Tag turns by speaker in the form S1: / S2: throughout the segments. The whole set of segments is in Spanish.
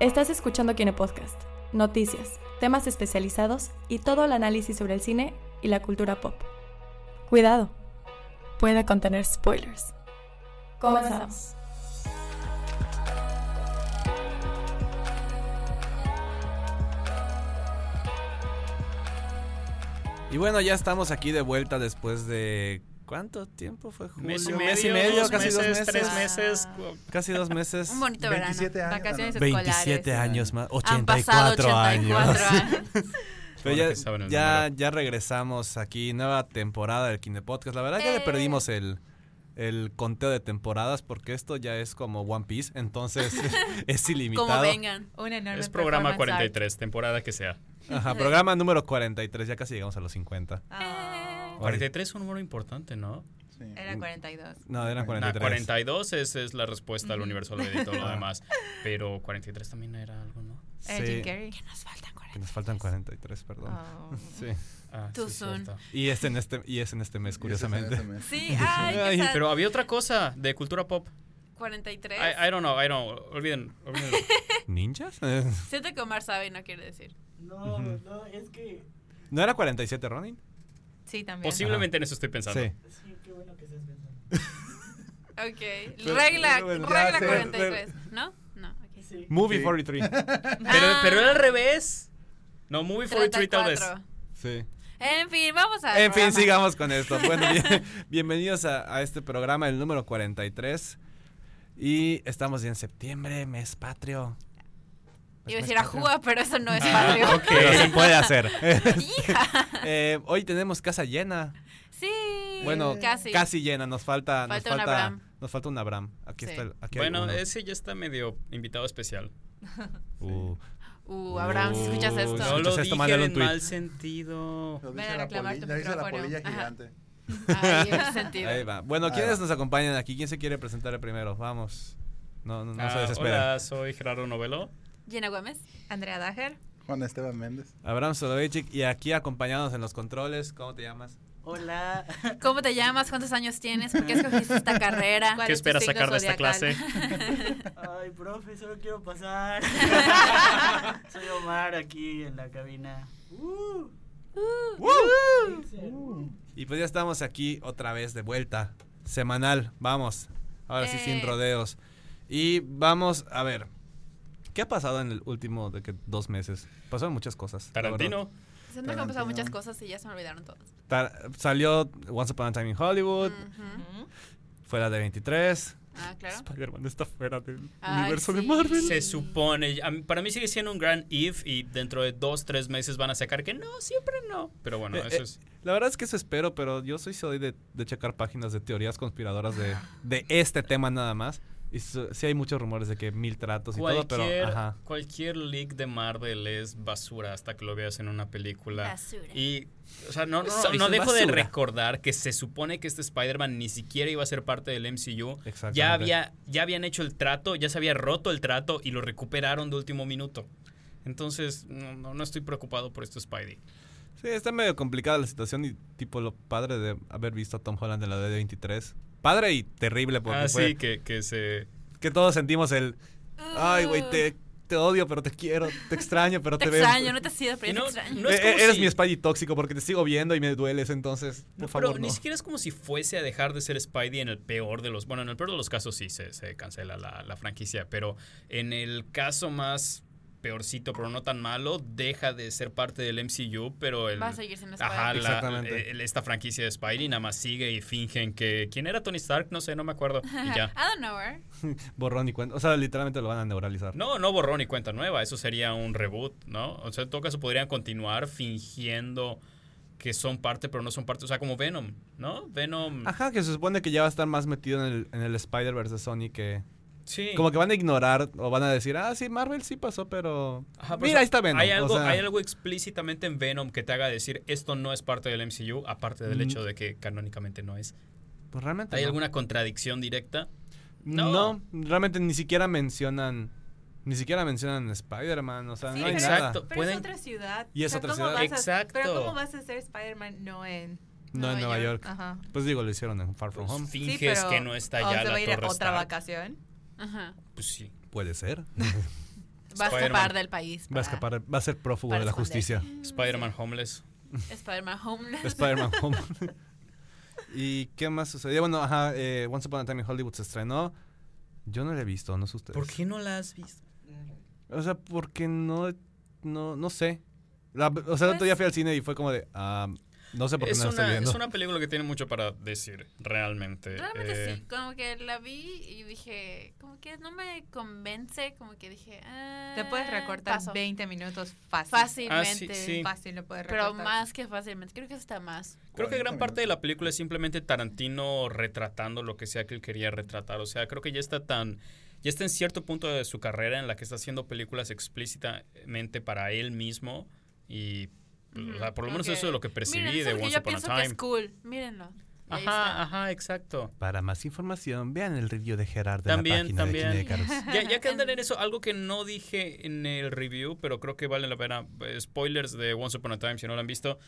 S1: Estás escuchando Cine Podcast, noticias, temas especializados y todo el análisis sobre el cine y la cultura pop. Cuidado, puede contener spoilers. Comenzamos.
S2: Y bueno, ya estamos aquí de vuelta después de. ¿Cuánto tiempo fue? Julio?
S3: Mes y medio, dos
S2: casi dos
S3: meses,
S2: meses.
S3: Ah, tres meses.
S2: Casi dos meses.
S4: Un bonito
S5: 27
S4: verano.
S5: años,
S4: Vacaciones
S5: ¿no?
S4: escolares.
S2: 27 años más.
S4: Han pasado
S2: 84
S4: 84
S2: años.
S4: años.
S2: Pero
S3: Ahora
S2: ya,
S3: que saben el
S2: ya,
S3: número.
S2: ya regresamos aquí, nueva temporada del Kine Podcast. La verdad, ya le
S4: Eh.
S2: perdimos el, el conteo de temporadas porque esto ya es como One Piece, entonces es ilimitado.
S4: Como vengan.
S6: Un enorme
S3: Es programa
S6: performance art.
S3: 43, temporada que sea.
S2: Ajá, programa número 43, ya casi llegamos a los 50.
S6: Ah.
S3: 43 es un número importante, ¿no? Ah,
S5: Sí.
S4: Era 42.
S2: No, eran
S5: Ah,
S3: Nah,
S2: 43.
S3: 42 es, es la respuesta al universo de y todo lo
S2: Ah.
S3: demás. Pero 43 también era algo, ¿no?
S6: Eh, Jim
S2: Sí,
S6: Carrey.
S4: Nos faltan
S2: que
S4: 40.
S2: nos faltan 43, perdón.
S6: Oh.
S2: Sí.
S3: Ah,
S4: Too
S3: sí,
S4: soon.
S3: cierto.
S2: Y es en este, y es en este mes, curiosamente.
S4: Sí, ah, ay, qué
S2: Ay,
S4: sad.
S3: Pero había otra cosa de cultura pop.
S4: 43.
S3: I, I don't know, I don't know. Olviden, olviden.
S2: ¿Ninjas? Eh,
S4: Siento que Omar sabe y no quiere decir.
S7: No, no, es que.
S2: ¿No era 47, Ronin?
S6: Sí, también.
S3: Posiblemente en eso estoy pensando.
S2: Sí.
S7: Sí, qué bueno que estés pensando.
S4: Ok.
S2: Pero-
S4: regla
S2: pero Pues, bueno,
S4: regla
S2: ya sé.
S4: 43. ¿no? No. ok.
S7: Sí.
S2: Movie
S5: Sí.
S2: 43.
S3: Pero,
S4: Ah.
S3: pero era al revés. No, Movie 43 tal vez.
S4: 34.
S2: Sí.
S4: En fin, vamos a.
S2: En fin, sigamos con esto. Bueno, bien- bienvenidos a, a este programa, el número 43. Y estamos ya en septiembre, mes patrio. Pues
S4: Iba a
S2: mes
S4: decir a
S2: patrio.
S4: Juga, pero eso no es
S3: Ah,
S4: patrio.
S3: ok.
S2: Pero se puede hacer.
S4: Hija.
S2: Eh, hoy tenemos casa llena.
S4: Sí.
S2: Bueno,
S4: casi.
S2: llena. Nos falta, nos
S4: Falta un
S2: falta-
S4: Abraham.
S2: Nos falta un Abraham. Aquí
S4: Sí.
S2: está el. aquí hay
S3: Bueno,
S2: uno.
S3: ese ya está medio invitado especial.
S2: Uh,
S4: Uh, Abraham, si escuchas
S2: Uh,
S4: esto.
S2: Pues,
S3: No lo
S2: escuchas esto,
S3: dije
S2: mándale un
S3: en
S2: tweet.
S3: mal sentido.
S5: Lo
S6: Ven a
S5: dice la,
S6: reclamar
S5: poli-
S6: tu
S5: lo dice la
S6: micrófono.
S5: polilla
S4: Ajá.
S5: gigante.
S4: Ay, en sentido.
S2: ahí va. Bueno,
S5: Ahí
S2: ¿quiénes
S5: va.
S2: nos acompañan aquí? ¿Quién se quiere presentar primero? Vamos. No, no, no se
S3: Ah,
S2: desesperen.
S3: hola, soy Gerardo Novelo.
S4: Gina Gómez.
S6: Andrea Dager.
S5: Juan Esteban Méndez.
S2: Abraham Soloveitchik y aquí acompañados en los controles. ¿Cómo te llamas?
S7: Hola.
S4: ¿Cómo te llamas? ¿Cuántos años tienes? ¿Por qué escogiste esta carrera?
S6: ¿Cuál
S3: ¿Qué
S6: es tu
S3: esperas
S6: signo
S3: sacar de esta clase?
S6: zodiacal?
S7: Ay, profe, solo quiero pasar. Soy Omar aquí en la cabina. Uh,
S3: Uh.
S2: Y pues ya estamos aquí otra vez de vuelta. Semanal, vamos. Ahora sí, sin
S4: Eh.
S2: rodeos. Y vamos a ver. ¿Qué ha pasado en el último de que dos meses? Pasaron muchas cosas. la verdad.
S3: Tarantino.
S4: Siento que han pasado
S5: Tarantino.
S4: muchas cosas y ya se me olvidaron todas.
S2: Tar- salió Once Upon a Time in Hollywood.
S4: Ujú.
S2: Fue la de 23.
S4: Ah, claro.
S2: Spider-Man está fuera del
S4: Ay,
S2: universo de
S4: sí.
S2: Marvel.
S3: Se supone, a mí- para mí sigue siendo un gran if y dentro de dos, tres meses van a sacar que no, siempre no. Pero bueno,
S2: Eh, eh,
S3: eso es.
S2: La verdad es que eso espero, pero yo soy soy de, de checar páginas de teorías conspiradoras de, de este tema nada más. Y su- sí hay muchos rumores de que mil tratos y todo, pero
S3: Cualquier,
S2: ajá.
S3: cualquier leak de Marvel es basura hasta que lo veas en una película.
S4: Basura.
S3: Y, o sea, no, no,
S2: Soy
S3: no
S2: su
S3: dejo de
S2: basura.
S3: recordar que se supone que este Spider-Man ni siquiera iba a ser parte del MCU.
S2: Exactamente.
S3: Ya, había, ya habían hecho el trato, ya se había roto el trato y lo recuperaron de último minuto. Entonces, no, no, no estoy preocupado por esto, Spidey.
S2: Sí, está medio complicada la situación y tipo lo padre de haber visto a Tom Holland en la D23. Padre y terrible porque
S3: Así
S2: fue
S3: Ah, que, que se...
S2: que todos sentimos el
S4: Uh,
S2: ay güey, te, te odio pero te quiero, te extraño pero
S4: Te
S2: te,
S4: extraño,
S2: veo.
S4: no te sido, pero
S3: Y
S4: yo
S3: no-
S4: te extraño.
S3: no es
S2: E-
S3: como
S2: eres
S3: si-
S2: mi Spidey tóxico porque te sigo viendo y me dueles, entonces, por
S3: No,
S2: favor,
S3: pero ni
S2: no.
S3: siquiera es como si fuese a dejar de ser Spidey en el peor de los... Bueno, en el peor de los casos sí se, se cancela la, la franquicia, pero en el caso más peorcito, pero no tan malo, deja de ser parte del MCU, pero el...
S4: Va a seguir siendo
S3: Ajá,
S4: Spider-Man.
S3: la-
S2: Exactamente.
S3: el- esta franquicia de Spidey nada más sigue y fingen que... ¿Quién era Tony Stark? No sé, no me acuerdo. Y ya.
S4: I don't know her.
S2: Borrón y cuenta. O sea, literalmente lo van a neuralizar.
S3: No, no borrón y cuenta nueva. Eso sería un reboot, ¿no? O sea, en todo caso podrían continuar fingiendo que son parte, pero no son parte. O sea, como Venom, ¿no? Venom.
S2: Ajá, que se supone que ya va a estar más metido en el, en el Spider-Verse de Sony que...
S3: Sí.
S2: Como que van a ignorar o van a decir, ah, sí, Marvel sí pasó, pero...
S3: Ajá,
S2: Mira,
S3: pero o sea,
S2: ahí está Venom.
S3: Hay
S2: o
S3: algo,
S2: sea,
S3: hay algo explícitamente en Venom que te haga decir esto no es parte del MCU, aparte del
S2: Mm.
S3: hecho de que canónicamente no es.
S2: pues realmente
S3: ¿Hay
S2: no.
S3: alguna contradicción directa?
S2: No, realmente ni siquiera mencionan... Ni siquiera mencionan Spider-Man, o sea,
S6: Sí,
S2: no hay
S6: pero-
S3: exacto.
S2: nada.
S6: Pero
S3: Pueden-
S6: es otra ciudad.
S2: Y es otra
S6: ¿cómo
S2: ciudad.
S6: vas a- Pero
S3: Exacto.
S6: ¿cómo vas a ser Spider-Man no en
S2: No en Nueva York.
S6: Ajá.
S2: Pues digo, lo hicieron en Far From
S3: Pues,
S2: Home.
S3: finges
S6: Sí, pero-
S3: que no está
S6: ¿o
S3: ya
S6: se va
S3: la
S6: a ir a
S3: Torre
S6: otra
S3: Stark.
S6: vacación?
S4: Ajá.
S3: Pues sí.
S2: Puede ser.
S4: Va a escapar
S3: Spider-Man.
S4: del país.
S2: Va a
S4: para-
S2: escapar, va a ser prófugo
S4: para
S2: de la
S4: esconderse.
S2: justicia.
S3: Spider-Man Homeless.
S4: Spider-Man Homeless.
S2: Spider-Man Home. ¿Y qué más sucedió? Bueno, ajá, eh, Once Upon a Time in Hollywood se estrenó. Yo no la he visto, no sé ustedes.
S3: ¿Por qué no la has visto?
S2: O sea, porque no, no, no sé. La- o sea, el otro día fui al cine y fue como de, ah, no sé por qué
S3: Pues Es
S2: no la estoy
S3: una,
S2: viendo.
S3: es una película que tiene mucho para decir, realmente.
S4: Realmente
S3: Eh,
S4: sí, como que la vi y dije, como que no me convence, como que dije, ah,
S6: Te puedes recortar
S4: paso.
S6: 20 minutos fácil.
S4: fácilmente,
S3: Ah, sí, sí.
S6: Fácil lo puedes recortar.
S4: pero más que fácilmente, creo que está más.
S3: Creo
S2: 40
S3: que gran parte de la película es simplemente Tarantino retratando lo que sea que él quería retratar. O sea, creo que ya está tan. Ya está en cierto punto de su carrera en la que está haciendo películas explícitamente para él mismo. Y. pues,
S4: Ujú,
S3: o sea, por lo
S4: como
S3: menos
S4: que-
S3: eso es lo que percibí
S4: Miren, eso
S3: de
S4: es lo que
S3: Once
S4: yo
S3: Upon a
S4: pienso
S3: Time.
S4: que es cool, mírenlo. Y ahí
S3: Ajá, ajá, exacto.
S2: Para más información, vean el review de Gerard de
S3: También,
S2: la página
S3: también.
S2: de Cine de Caros.
S3: Ya, ya que andan en eso, algo que no dije en el review, pero creo que vale la pena. eh, Spoilers de Once Upon a Time, si no lo han visto.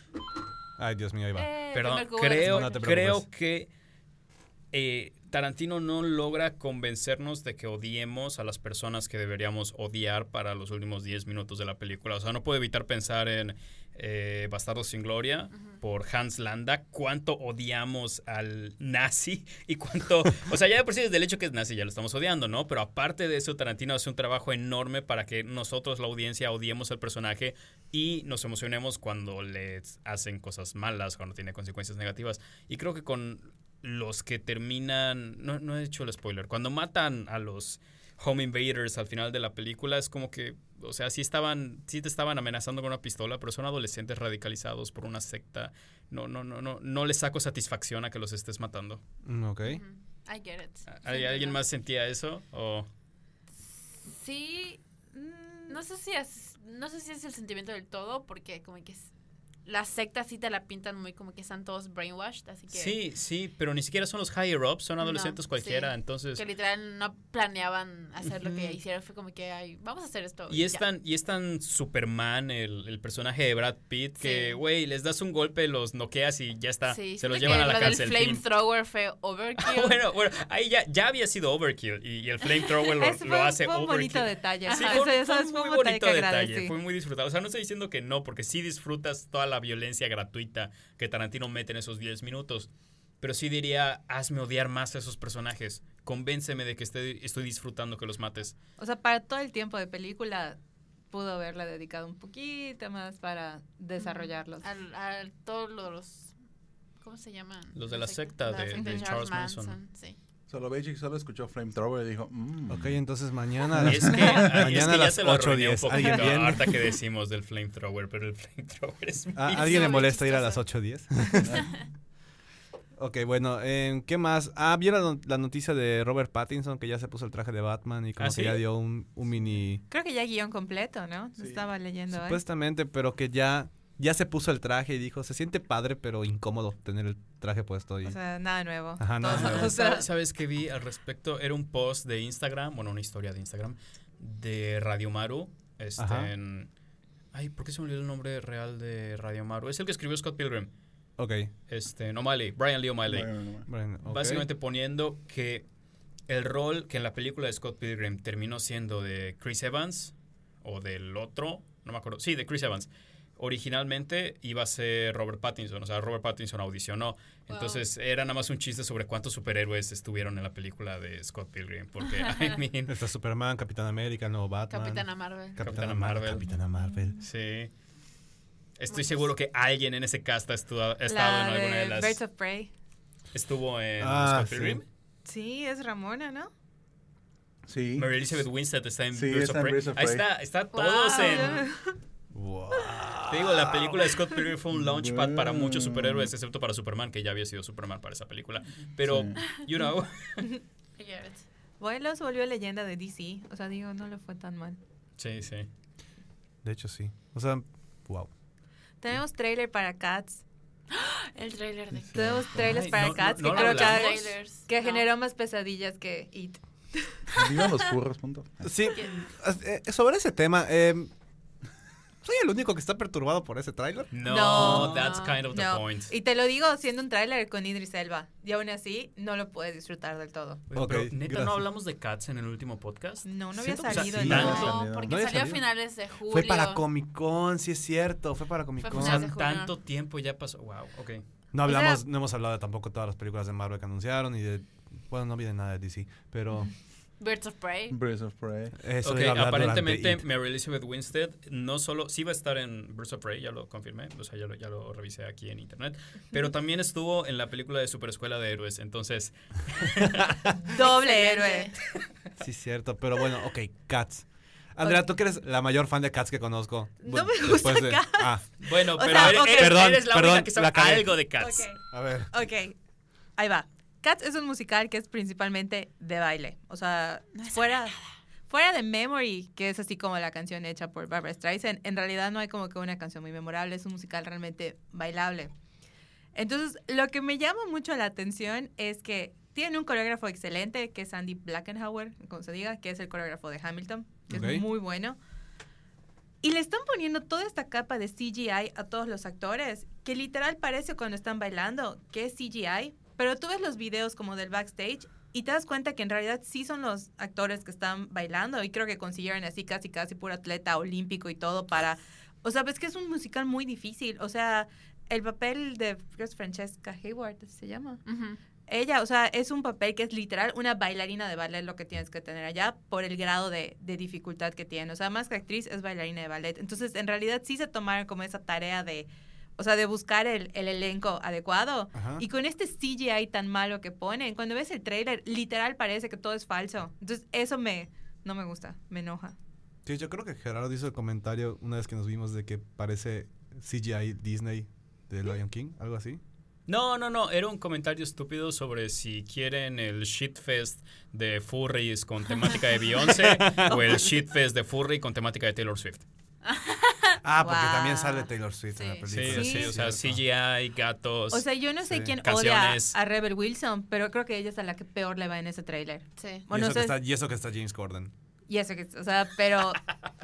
S2: Ay, Dios mío, ahí
S4: está.
S2: va.
S4: Eh,
S3: Perdón,
S4: primer cubo de
S3: creo,
S2: No, no te
S4: Spider-Man.
S3: creo
S2: preocupes.
S3: que eh, Tarantino no logra convencernos de que odiemos a las personas que deberíamos odiar para los últimos 10 minutos de la película. O sea, no puedo evitar pensar en eh, Bastardos sin Gloria por Hans Landa. Cuánto odiamos al nazi y cuánto... o sea, ya de por sí desde el hecho que es nazi ya lo estamos odiando, ¿no? Pero aparte de eso, Tarantino hace un trabajo enorme para que nosotros, la audiencia, odiemos al personaje y nos emocionemos cuando le hacen cosas malas, cuando tiene consecuencias negativas. Y creo que con los que terminan, no, no he hecho el spoiler, cuando matan a los home invaders al final de la película es como que, o sea, sí estaban, sí te estaban amenazando con una pistola, pero son adolescentes radicalizados por una secta. No, no, no, no, no les saco satisfacción a que los estés matando.
S2: Mm, Ok.
S4: Ujú, I get it.
S3: ¿Al-
S4: Sí,
S3: Ah, ¿Alguien
S4: ¿no?
S3: más sentía eso? O-
S4: Sí, mm, no sé si es, no sé si es el sentimiento del todo, porque como que es- la secta sí te la pintan muy como que están todos brainwashed, así que,
S3: Sí, sí, pero ni siquiera son los higher ups, son
S4: No,
S3: adolescentes
S4: sí.
S3: cualquiera, entonces...
S4: que literal no planeaban hacer lo que
S3: pues Ujú.
S4: hicieron, fue como que ay, vamos a hacer esto.
S3: Y es,
S4: ya.
S3: tan, y es tan Superman el, el personaje de Brad Pitt
S4: Sí.
S3: que, güey, les das un golpe, los noqueas y ya está.
S4: Sí,
S3: se
S4: siento
S3: los
S4: que
S3: llevan a la
S4: lo
S3: cárcel.
S4: del
S3: fin. Ah,
S4: flamethrower fue overkill.
S3: bueno, bueno, ahí ya, ya había sido overkill y, y el flamethrower lo,
S6: Eso
S3: lo
S6: fue, un-
S3: hace
S6: fue un
S3: overkill.
S6: bonito detalle.
S3: Sí,
S6: ajá,
S3: fue, un-
S6: eso- eso
S3: fue un
S6: es
S3: muy
S6: un detalle
S3: bonito
S6: que
S3: detalle,
S6: agradecí.
S3: fue muy disfrutado. O sea, no estoy diciendo que no, porque sí disfrutas toda la violencia gratuita que Tarantino mete en esos 10 minutos. Pero sí diría, hazme odiar más a esos personajes. Convénceme de que esté- estoy disfrutando que los mates.
S6: O sea, para todo el tiempo de película pudo haberla dedicado un poquito más para desarrollarlos.
S4: Al, al- todos los ¿cómo se llaman?
S3: Los de la secta de-
S6: de
S3: Charles Manson.
S4: sí.
S5: Solo Beijing solo escuchó Flamethrower y dijo, mm.
S2: Ok, entonces mañana. a las-
S3: Es que, ah, es
S2: mañana
S3: que
S2: a
S3: ya
S2: las
S3: se lo
S2: 8 o
S3: arruiné un
S2: 10.
S3: poquito
S2: ¿Alguien bien?
S3: ahorita que decimos del flamethrower, pero el flamethrower es
S2: ¿A-
S3: muy-
S2: ¿Alguien le
S4: muy
S2: molesta ir a
S4: chistoso.
S2: las 8 o 10? ok, bueno, em, ¿qué más? Ah, ¿vieron la no- la noticia de Robert Pattinson que ya se puso el traje de Batman y como
S3: ¿Ah,
S2: que
S3: sí?
S2: ya dio un, un mini...
S6: Creo que ya guión completo, ¿no?
S5: Sí.
S6: Estaba leyendo hoy.
S2: Supuestamente, pero que ya, ya se puso el traje y dijo, se siente padre pero incómodo tener el traje puesto. Y...
S6: O sea, nada nuevo.
S2: Ajá, nada
S6: Todo-
S2: nuevo.
S6: o sea,
S3: ¿Sabes, sabes qué vi al respecto? Era un post de Instagram, bueno, una historia de Instagram, de Radio Maru. Este,
S2: Ajá.
S3: en- Ay, ¿por qué se me olvidó el nombre real de Radio Maru? Es el que escribió Scott Pilgrim.
S2: ok,
S3: Este, no Miley, Brian Lee O'Malley.
S5: Bueno, no, no.
S2: bueno, ok.
S3: Básicamente poniendo que el rol que en la película de Scott Pilgrim terminó siendo de Chris Evans o del otro, no me acuerdo, sí, de Chris Evans. Originalmente iba a ser Robert Pattinson, o sea, Robert Pattinson audicionó. Entonces era nada más un chiste sobre cuántos superhéroes estuvieron en la película de Scott Pilgrim, porque, I mean,
S2: Está Superman, Capitán América, el nuevo Batman.
S4: Capitana Marvel.
S2: Capitana
S3: Capitana
S2: Mar-
S3: Marvel.
S2: Capitana Marvel.
S3: sí. Estoy seguro que alguien en ese cast ha estu- ha estado
S6: la
S3: en alguna de
S6: de
S3: las...
S6: Birds of Prey.
S3: Estuvo en
S2: Ah,
S3: Scott Pilgrim.
S2: sí.
S6: Sí, es Ramona, ¿no?
S5: Sí.
S3: Mary Elizabeth Winstead está en
S5: Sí,
S3: Birds
S5: está
S3: of
S5: en
S3: Prey.
S5: Birds of
S3: Ahí
S5: Prey.
S3: está, está todos
S4: Wow.
S3: en...
S2: Wow.
S3: Te digo, la película de Scott Pilgrim fue
S2: Ah,
S3: un launchpad para muchos
S5: Wow.
S3: superhéroes, excepto para Superman, que ya había sido Superman para esa película. Pero, you know,
S4: I get it.
S6: Boylos volvió leyenda de DC. O sea, digo, no le fue tan mal.
S3: sí, sí.
S2: De hecho, sí. O sea, wow.
S6: Tenemos trailer para Cats.
S4: El trailer de
S6: Tenemos trailers
S3: Ay,
S6: para
S3: no,
S6: Cats
S3: no, no
S6: que creo
S3: lo hablamos.
S6: que, que generó más pesadillas que It.
S5: Vivan los furros, punto.
S2: Sí, eh, sobre ese tema, eh, em, ¿Soy el único que está perturbado por ese tráiler?
S3: No,
S6: No.
S3: that's kind of the
S6: No.
S3: point.
S6: Y te lo digo siendo un tráiler con Idris Elba. Y aún así, no lo puedes disfrutar del todo.
S3: Oye,
S2: Ok,
S3: pero neta, ¿no
S2: gracias.
S3: hablamos de Cats en el último podcast?
S6: No, no había
S3: Siento que
S6: salido
S3: sí,
S6: en
S3: tanto-
S5: nada.
S4: No, porque
S2: No había
S4: salió a
S2: salido.
S4: finales de julio.
S2: Fue para Comic Con, sí es cierto, fue para Comic
S4: Fue
S2: Con.
S3: O
S4: finales
S3: sea,
S4: de junio.
S3: tanto tiempo ya pasó. Wow, ok.
S2: No
S6: O sea-
S2: hablamos, no hemos hablado de tampoco todas las películas de Marvel que anunciaron y de bueno, no vi de nada de DC, pero
S4: Birds of Prey.
S5: Birds of Prey.
S2: eso
S3: Ok,
S2: iba a hablar
S3: aparentemente
S2: durante It.
S3: Mary Elizabeth Winstead no solo sí va a estar en Birds of Prey, ya lo confirmé, o sea, ya lo, ya lo revisé aquí en internet, pero también estuvo en la película de Superescuela de Héroes, entonces
S6: Doble héroe.
S4: Excelente.
S2: Sí, cierto, pero bueno, ok, Cats. Andrea, tú que eres la mayor fan de Cats que conozco.
S6: No
S2: Bueno,
S6: me gusta
S2: después de-
S6: Cats.
S2: Ah,
S3: bueno,
S6: O
S3: pero
S6: sea,
S3: eres,
S6: ok.
S3: eres-
S2: Perdón,
S3: eres la
S2: perdón,
S3: única que sabe
S2: la cagué.
S3: algo de Cats.
S2: a ver.
S6: Ok, ahí va. Cats es un musical que es principalmente de baile. O sea, fuera, fuera de Memory, que es así como la canción hecha por Barbara Streisand, en realidad no hay como que una canción muy memorable, es un musical realmente bailable. Entonces, lo que me llama mucho la atención es que tiene un coreógrafo excelente, que es Andy Blackenhauer, como se diga, que es el coreógrafo de Hamilton, que
S2: Ok.
S6: es muy bueno. Y le están poniendo toda esta capa de CGI a todos los actores, que literal parece cuando están bailando que es CGI, pero tú ves los videos como del backstage y te das cuenta que en realidad sí son los actores que están bailando y creo que consiguieron así casi casi puro atleta olímpico y todo para... O sea, ves que es un musical muy difícil, o sea, el papel de creo es Francesca Hayward, se llama.
S2: Mm.
S4: Ujú.
S6: Ella, o sea, es un papel que es literal una bailarina de ballet lo que tienes que tener allá por el grado de, de dificultad que tiene. O sea, más que actriz es bailarina de ballet. Entonces, en realidad sí se tomaron como esa tarea de, o sea, de buscar el, el elenco adecuado.
S2: Ajá.
S6: Y con este CGI tan malo que ponen, cuando ves el tráiler, literal parece que todo es falso. Entonces, eso me, no me gusta, me enoja.
S2: Sí, yo creo que Gerardo hizo el comentario una vez que nos vimos de que parece CGI Disney de Lion King, algo así.
S3: No, no, no, era un comentario estúpido sobre si quieren el shitfest de furries con temática de Beyoncé o el shitfest de furry con temática de Taylor Swift.
S2: Ah, porque
S6: Guau.
S2: también sale Taylor Swift en la
S4: Sí.
S2: película.
S3: Sí,
S6: Sí,
S3: sí, o sea,
S2: cierto.
S3: CGI, gatos.
S6: O sea, yo no sé
S2: Pues, Sí.
S6: quién
S3: Canciones.
S6: odia a Rebel Wilson, pero creo que ella es a la que peor le va en ese tráiler.
S4: Sí.
S2: y,
S6: Bueno,
S2: eso que
S6: no sé-
S2: está, y eso que está James Corden.
S6: Y eso que, o sea, pero,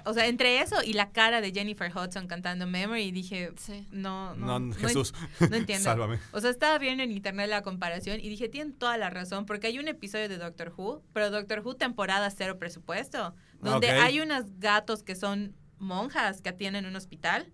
S6: o sea, entre eso y la cara de Jennifer Hudson cantando Memory, dije,
S4: Sí.
S6: no,
S2: No,
S6: no, no en-
S2: Jesús.
S6: no, entiendo.
S2: Sálvame.
S6: O sea, estaba viendo en internet la comparación y dije, tienen toda la razón, porque hay un episodio de Doctor Who, pero Doctor Who temporada cero presupuesto, donde
S2: Ok.
S6: hay unos gatos que son monjas que atienden un hospital.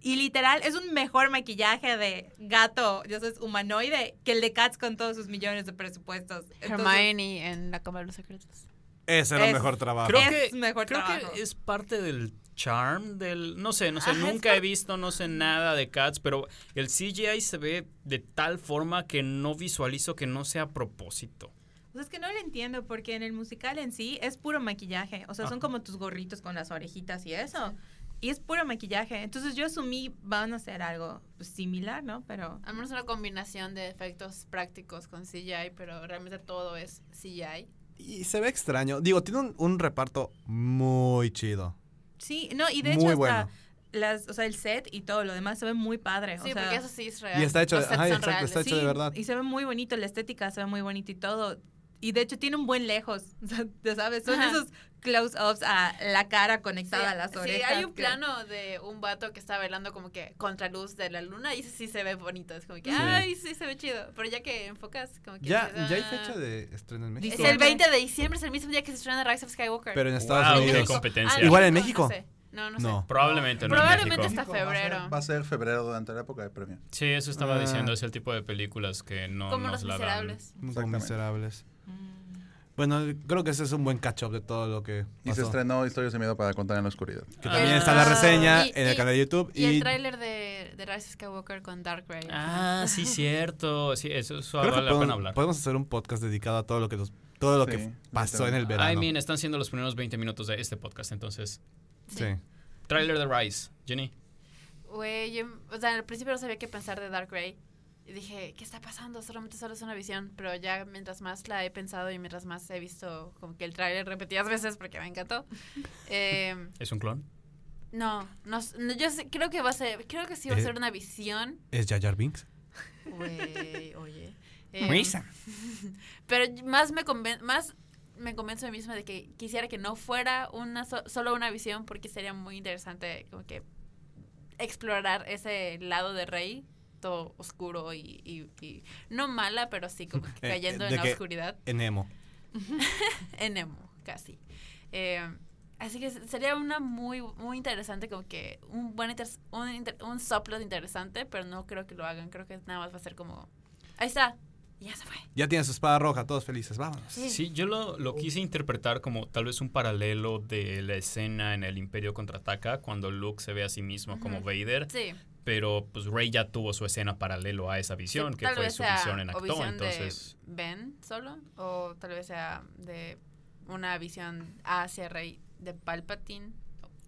S6: Y literal, es un mejor maquillaje de gato, ya sabes, humanoide, que el de Cats con todos sus millones de presupuestos. Entonces,
S4: Hermione en la Cámara de los Secretos.
S2: Ese era el
S6: Es-
S2: mejor trabajo.
S3: Creo
S6: es
S3: que-
S6: mejor
S3: Creo
S6: trabajo.
S3: que es parte del charm del... No sé, no sé,
S6: Ajá, es
S3: nunca he visto, no sé nada de Cats, pero el CGI se ve de tal forma que no visualizo que no sea a propósito.
S6: O sea, Pues es que no lo entiendo porque en el musical en sí es puro maquillaje. O sea,
S2: Ah.
S6: son
S3: Ajá.
S6: como tus gorritos con las orejitas y eso. Y es puro maquillaje. Entonces yo asumí van a hacer algo pues, similar, ¿no? Pero
S4: Al menos una combinación de efectos prácticos con CGI, pero realmente todo es CGI.
S2: Y se ve extraño. Digo, tiene un, un reparto muy chido.
S6: sí, no, y de hecho
S2: muy
S6: hasta
S2: bueno.
S6: las, o sea, el set y todo lo demás se ve muy padre.
S4: Sí,
S6: o sea,
S4: porque eso sí es real.
S2: Y está hecho,
S4: Los
S2: de-
S4: sets
S2: ajá,
S4: son
S2: exacto,
S4: reales.
S2: está hecho de
S6: Sí,
S2: verdad.
S6: Y se ve muy bonito, la estética se ve muy bonito y todo. Y de hecho tiene un buen lejos, o sea, ya sabes, son
S4: Ajá.
S6: esos close-ups a la cara
S4: Sí,
S6: conectada a las
S4: sí,
S6: orejas.
S4: hay un
S6: que-
S4: plano de un vato que está bailando como que contra luz de la luna y ese sí se ve bonito. Es como que,
S2: Sí.
S4: ay, sí se ve chido. Pero ya que enfocas, como que.
S2: Ya,
S4: dices,
S2: ya hay
S4: "Ah".
S2: fecha de estreno en
S4: Es
S2: México.
S6: Diciembre.
S4: el 20 de diciembre, es el mismo día que se estrena Rise of Skywalker.
S2: Pero en Estados
S3: Wow, qué
S2: Unidos.
S3: complicado. Ah, competencia.
S2: Igual en México.
S4: No, sé. no, no sé.
S2: No.
S3: Probablemente no. en
S4: Probablemente
S3: México.
S4: está- hasta
S5: México va a ser-
S4: febrero.
S5: Va a ser febrero durante la época de premios.
S3: Sí, eso estaba
S2: Ah.
S3: diciendo, es el tipo de películas que no
S4: Como Los
S3: nos la dan.
S4: Miserables.
S2: Son
S5: Exactamente.
S2: miserables.
S6: Mm.
S2: Bueno, creo que ese es un buen catch-up de todo lo que
S5: Y se
S2: pasó.
S5: estrenó Historias de Miedo para contar en la oscuridad.
S2: Que también
S4: Ah.
S2: está la reseña
S4: Y-
S2: en el
S4: y-
S2: canal de YouTube.
S4: Y el tráiler de, de Rise of Skywalker con Dark Ray.
S3: Ah, sí, cierto. Sí, eso, eso
S2: creo
S3: vale
S2: que
S3: la pena
S2: podemos,
S3: hablar.
S2: podemos hacer un podcast dedicado a todo lo que, nos- todo lo
S5: Sí,
S2: que pasó en el verano.
S3: I mean, están siendo los primeros 20 minutos de este podcast, entonces.
S2: sí.
S3: Trailer de Rise, Jenny.
S4: Güey, yo, o sea, al principio no sabía qué pensar de Dark Ray. Y dije, ¿qué está pasando? Solamente solo es una visión. Pero ya mientras más la he pensado y mientras más he visto como que el tráiler repetidas veces porque me encantó. eh,
S3: ¿Es un clon?
S4: no, no, s- no, yo sé- creo que va a ser, creo que sí va a ser una visión.
S2: ¿Es Jar Jar Binks?
S4: Güey, oye. Em, pero y- más me conven- más me convenzo a mí misma de que quisiera que no fuera una so- solo una visión porque sería muy interesante como que explorar ese lado de Rey, todo oscuro y, y- y no mala, pero sí como que
S2: Eh,
S4: cayendo
S2: eh,
S4: en
S2: ¿de
S4: la
S2: qué?
S4: oscuridad.
S2: Enemo.
S4: En emo, casi. Eh, así que sería una muy, muy interesante, como que un buen inter- un, inter- un soplo interesante, pero no creo que lo hagan. Creo que nada más va a ser como, ahí está, y ya se fue.
S2: Ya tiene su espada roja, todos felices, vámonos.
S3: Sí, yo lo, lo quise interpretar como tal vez un paralelo de la escena en el Imperio contraataca cuando Luke se ve a sí mismo como
S4: Ujú.
S3: Vader,
S4: Sí,
S3: pero pues Rey ya tuvo su escena paralelo a esa visión,
S4: sí,
S3: que fue su visión en
S4: o
S3: Acto,
S4: visión de
S3: entonces
S4: Ben solo, o tal vez sea de una visión hacia Rey de Palpatine,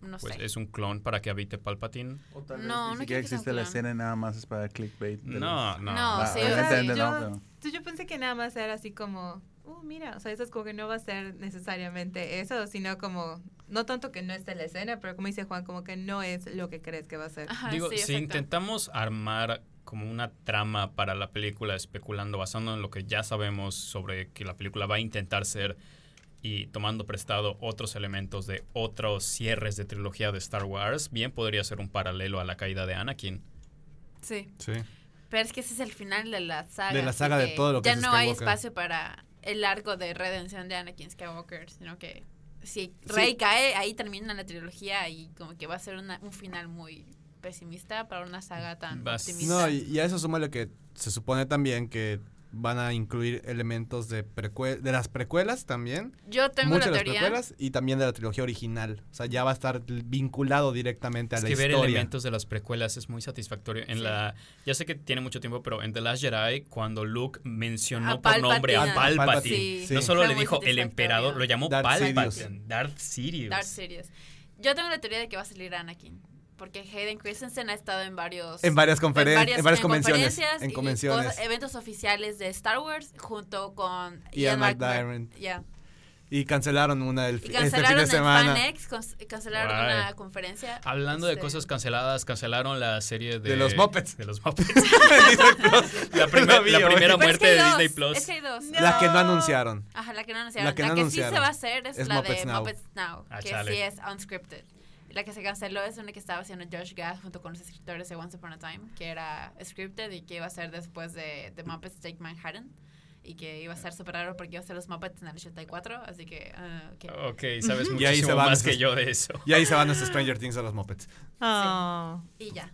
S4: no
S3: pues
S4: sé.
S3: es un clon para que habite Palpatine.
S5: O tal
S4: vez No, ni no siquiera
S5: ni
S4: creo
S5: siquiera
S4: que sea
S5: existe
S4: un
S5: la
S4: clon.
S5: escena y nada más es para clickbait. de
S3: No,
S5: los-
S4: No,
S3: no.
S5: Ah,
S4: sí,
S6: o sea,
S5: obviamente
S6: yo,
S5: no, pero-
S6: tú- yo pensé que nada más era así como, uh, mira, o sea, eso es como que no va a ser necesariamente eso, sino como, no tanto que no esté la escena, pero como dice Juan, como que no es lo que crees que va a ser.
S4: Ajá,
S3: Digo,
S4: Ah, sí,
S3: si
S4: exacto.
S3: intentamos armar como una trama para la película, especulando, basando en lo que ya sabemos sobre que la película va a intentar ser y tomando prestado otros elementos de otros cierres de trilogía de Star Wars, bien podría ser un paralelo a la caída de Anakin.
S4: Sí.
S2: Sí.
S4: Pero es que ese es el final de la saga.
S2: De la
S4: así
S2: saga de todo lo que
S4: Ya
S2: es
S4: no hay
S2: Skywalker.
S4: espacio para el arco de redención de Anakin Skywalker, sino que si
S2: Sí.
S4: Rey cae, ahí termina la trilogía y como que va a ser una- un final muy pesimista para una saga tan
S3: Vas-
S4: optimista.
S2: No, y, y a eso suma lo que se supone también que van a incluir elementos de, precue- de las precuelas también.
S4: Yo tengo
S2: muchas
S4: la
S2: de las
S4: teoría.
S2: precuelas y también de la trilogía original. O sea, ya va a estar vinculado directamente a
S3: Es
S2: la
S3: que ver
S2: historia.
S3: elementos de las precuelas es muy satisfactorio. En
S4: Sí.
S3: la, ya sé que tiene mucho tiempo, pero en The Last Jedi, cuando Luke mencionó
S4: A
S3: por nombre
S4: Palpatine.
S3: a Palpatine,
S2: Palpatine, sí.
S3: no solo
S4: Fue
S3: le
S4: muy
S3: dijo el
S4: satisfactorio.
S3: emperador, lo llamó
S2: Darth
S3: Palpatine,
S2: Sidious.
S3: Darth Sidious.
S4: Dark Series. Yo tengo la teoría de que va a salir Anakin. Porque Hayden Christensen ha estado en varios.
S2: En varias conferencias, en varias,
S4: en
S2: convenciones,
S4: conferencias
S2: en
S4: y
S2: convenciones.
S4: cosas- eh, eventos oficiales de Star Wars junto con
S2: Ian
S4: McDiarmid.
S2: McDiarmid.
S4: Ya.
S2: Y cancelaron una del
S4: Y
S2: fi- este
S4: cancelaron
S2: fin de
S4: el
S2: semana.
S4: FanX, cons- cancelaron
S3: Guay.
S4: una conferencia.
S3: Hablando de
S4: Este,
S3: cosas canceladas, cancelaron la serie de...
S2: De los Muppets.
S3: De los Muppets.
S2: Disney Plus.
S3: la, primer-
S2: Lo vi
S3: la
S2: ahorita.
S4: pero
S3: primera
S4: pues es
S3: muerte
S4: que hay
S3: de
S4: dos,
S3: Disney Plus.
S4: Es que hay dos.
S2: La que no anunciaron.
S4: Ajá, la que no anunciaron. La
S2: La
S4: que,
S2: que no
S4: sí se
S2: anunciaron.
S4: va a hacer es,
S2: Es
S4: la
S2: Muppets
S4: de
S2: Now.
S4: Muppets Now,
S3: Ah,
S4: que
S3: chale.
S4: sí es unscripted. La que se canceló es una que estaba haciendo Josh Gad junto con los escritores de Once Upon a Time, que era scripted y que iba a ser después de The Muppets Take Manhattan. Y que iba a ser súper raro porque iba a ser los Muppets en el 84, así que... ah, ok.
S3: Ok, sabes
S2: Y ahí se
S3: muchísimo
S2: van
S3: más
S2: esos-
S3: que yo de eso.
S2: Y ahí se van los Stranger Things a los Muppets.
S6: Ah.
S4: Y ya.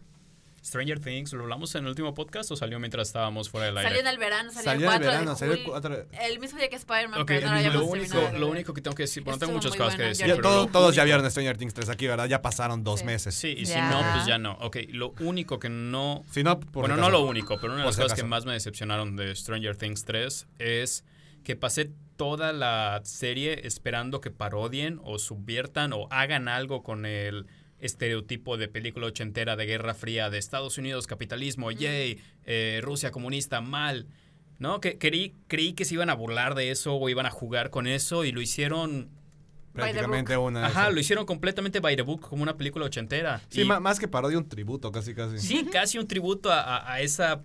S3: Stranger Things, ¿lo hablamos en el último podcast o salió mientras estábamos fuera del aire?
S4: Salió en el verano, salió, el
S2: Salió en
S4: 4 de
S2: verano, salió el
S4: julio.
S2: 4
S4: El mismo día que Spider-Man,
S3: Ok,
S4: pero no lo
S2: el-
S4: habíamos
S3: lo, único,
S4: terminado.
S3: lo único que tengo que decir, bueno, tengo
S4: Estuvo
S3: muchas
S4: muy
S3: cosas que
S4: buena,
S3: decir.
S4: yo
S2: Ya
S3: pero
S2: todo-
S3: lo
S2: todos ya
S3: único-
S2: vieron Stranger Things 3 aquí, ¿verdad? Ya pasaron dos
S4: Sí.
S2: meses.
S3: Sí, y
S6: Ya.
S3: si no, pues ya no. Ok, lo único que no...
S2: Si no, por
S3: bueno,
S2: si
S3: no
S2: acaso.
S3: lo único, pero una de
S2: Por
S3: las
S2: si
S3: cosas que
S2: acaso.
S3: más me decepcionaron de Stranger Things 3 es que pasé toda la serie esperando que parodien o subviertan o hagan algo con el estereotipo de película ochentera de Guerra Fría de Estados Unidos, capitalismo, yay, eh, Rusia comunista, mal. No, que creí, creí que se iban a burlar de eso o iban a jugar con eso y lo hicieron,
S4: By the
S2: Prácticamente una. de
S3: ajá,
S2: esas.
S3: lo hicieron completamente by the book como una película ochentera.
S2: Ah, Sí,
S3: Y-
S2: ma- más que parodia, un tributo, casi, casi.
S3: Sí, casi un tributo a, a- a esa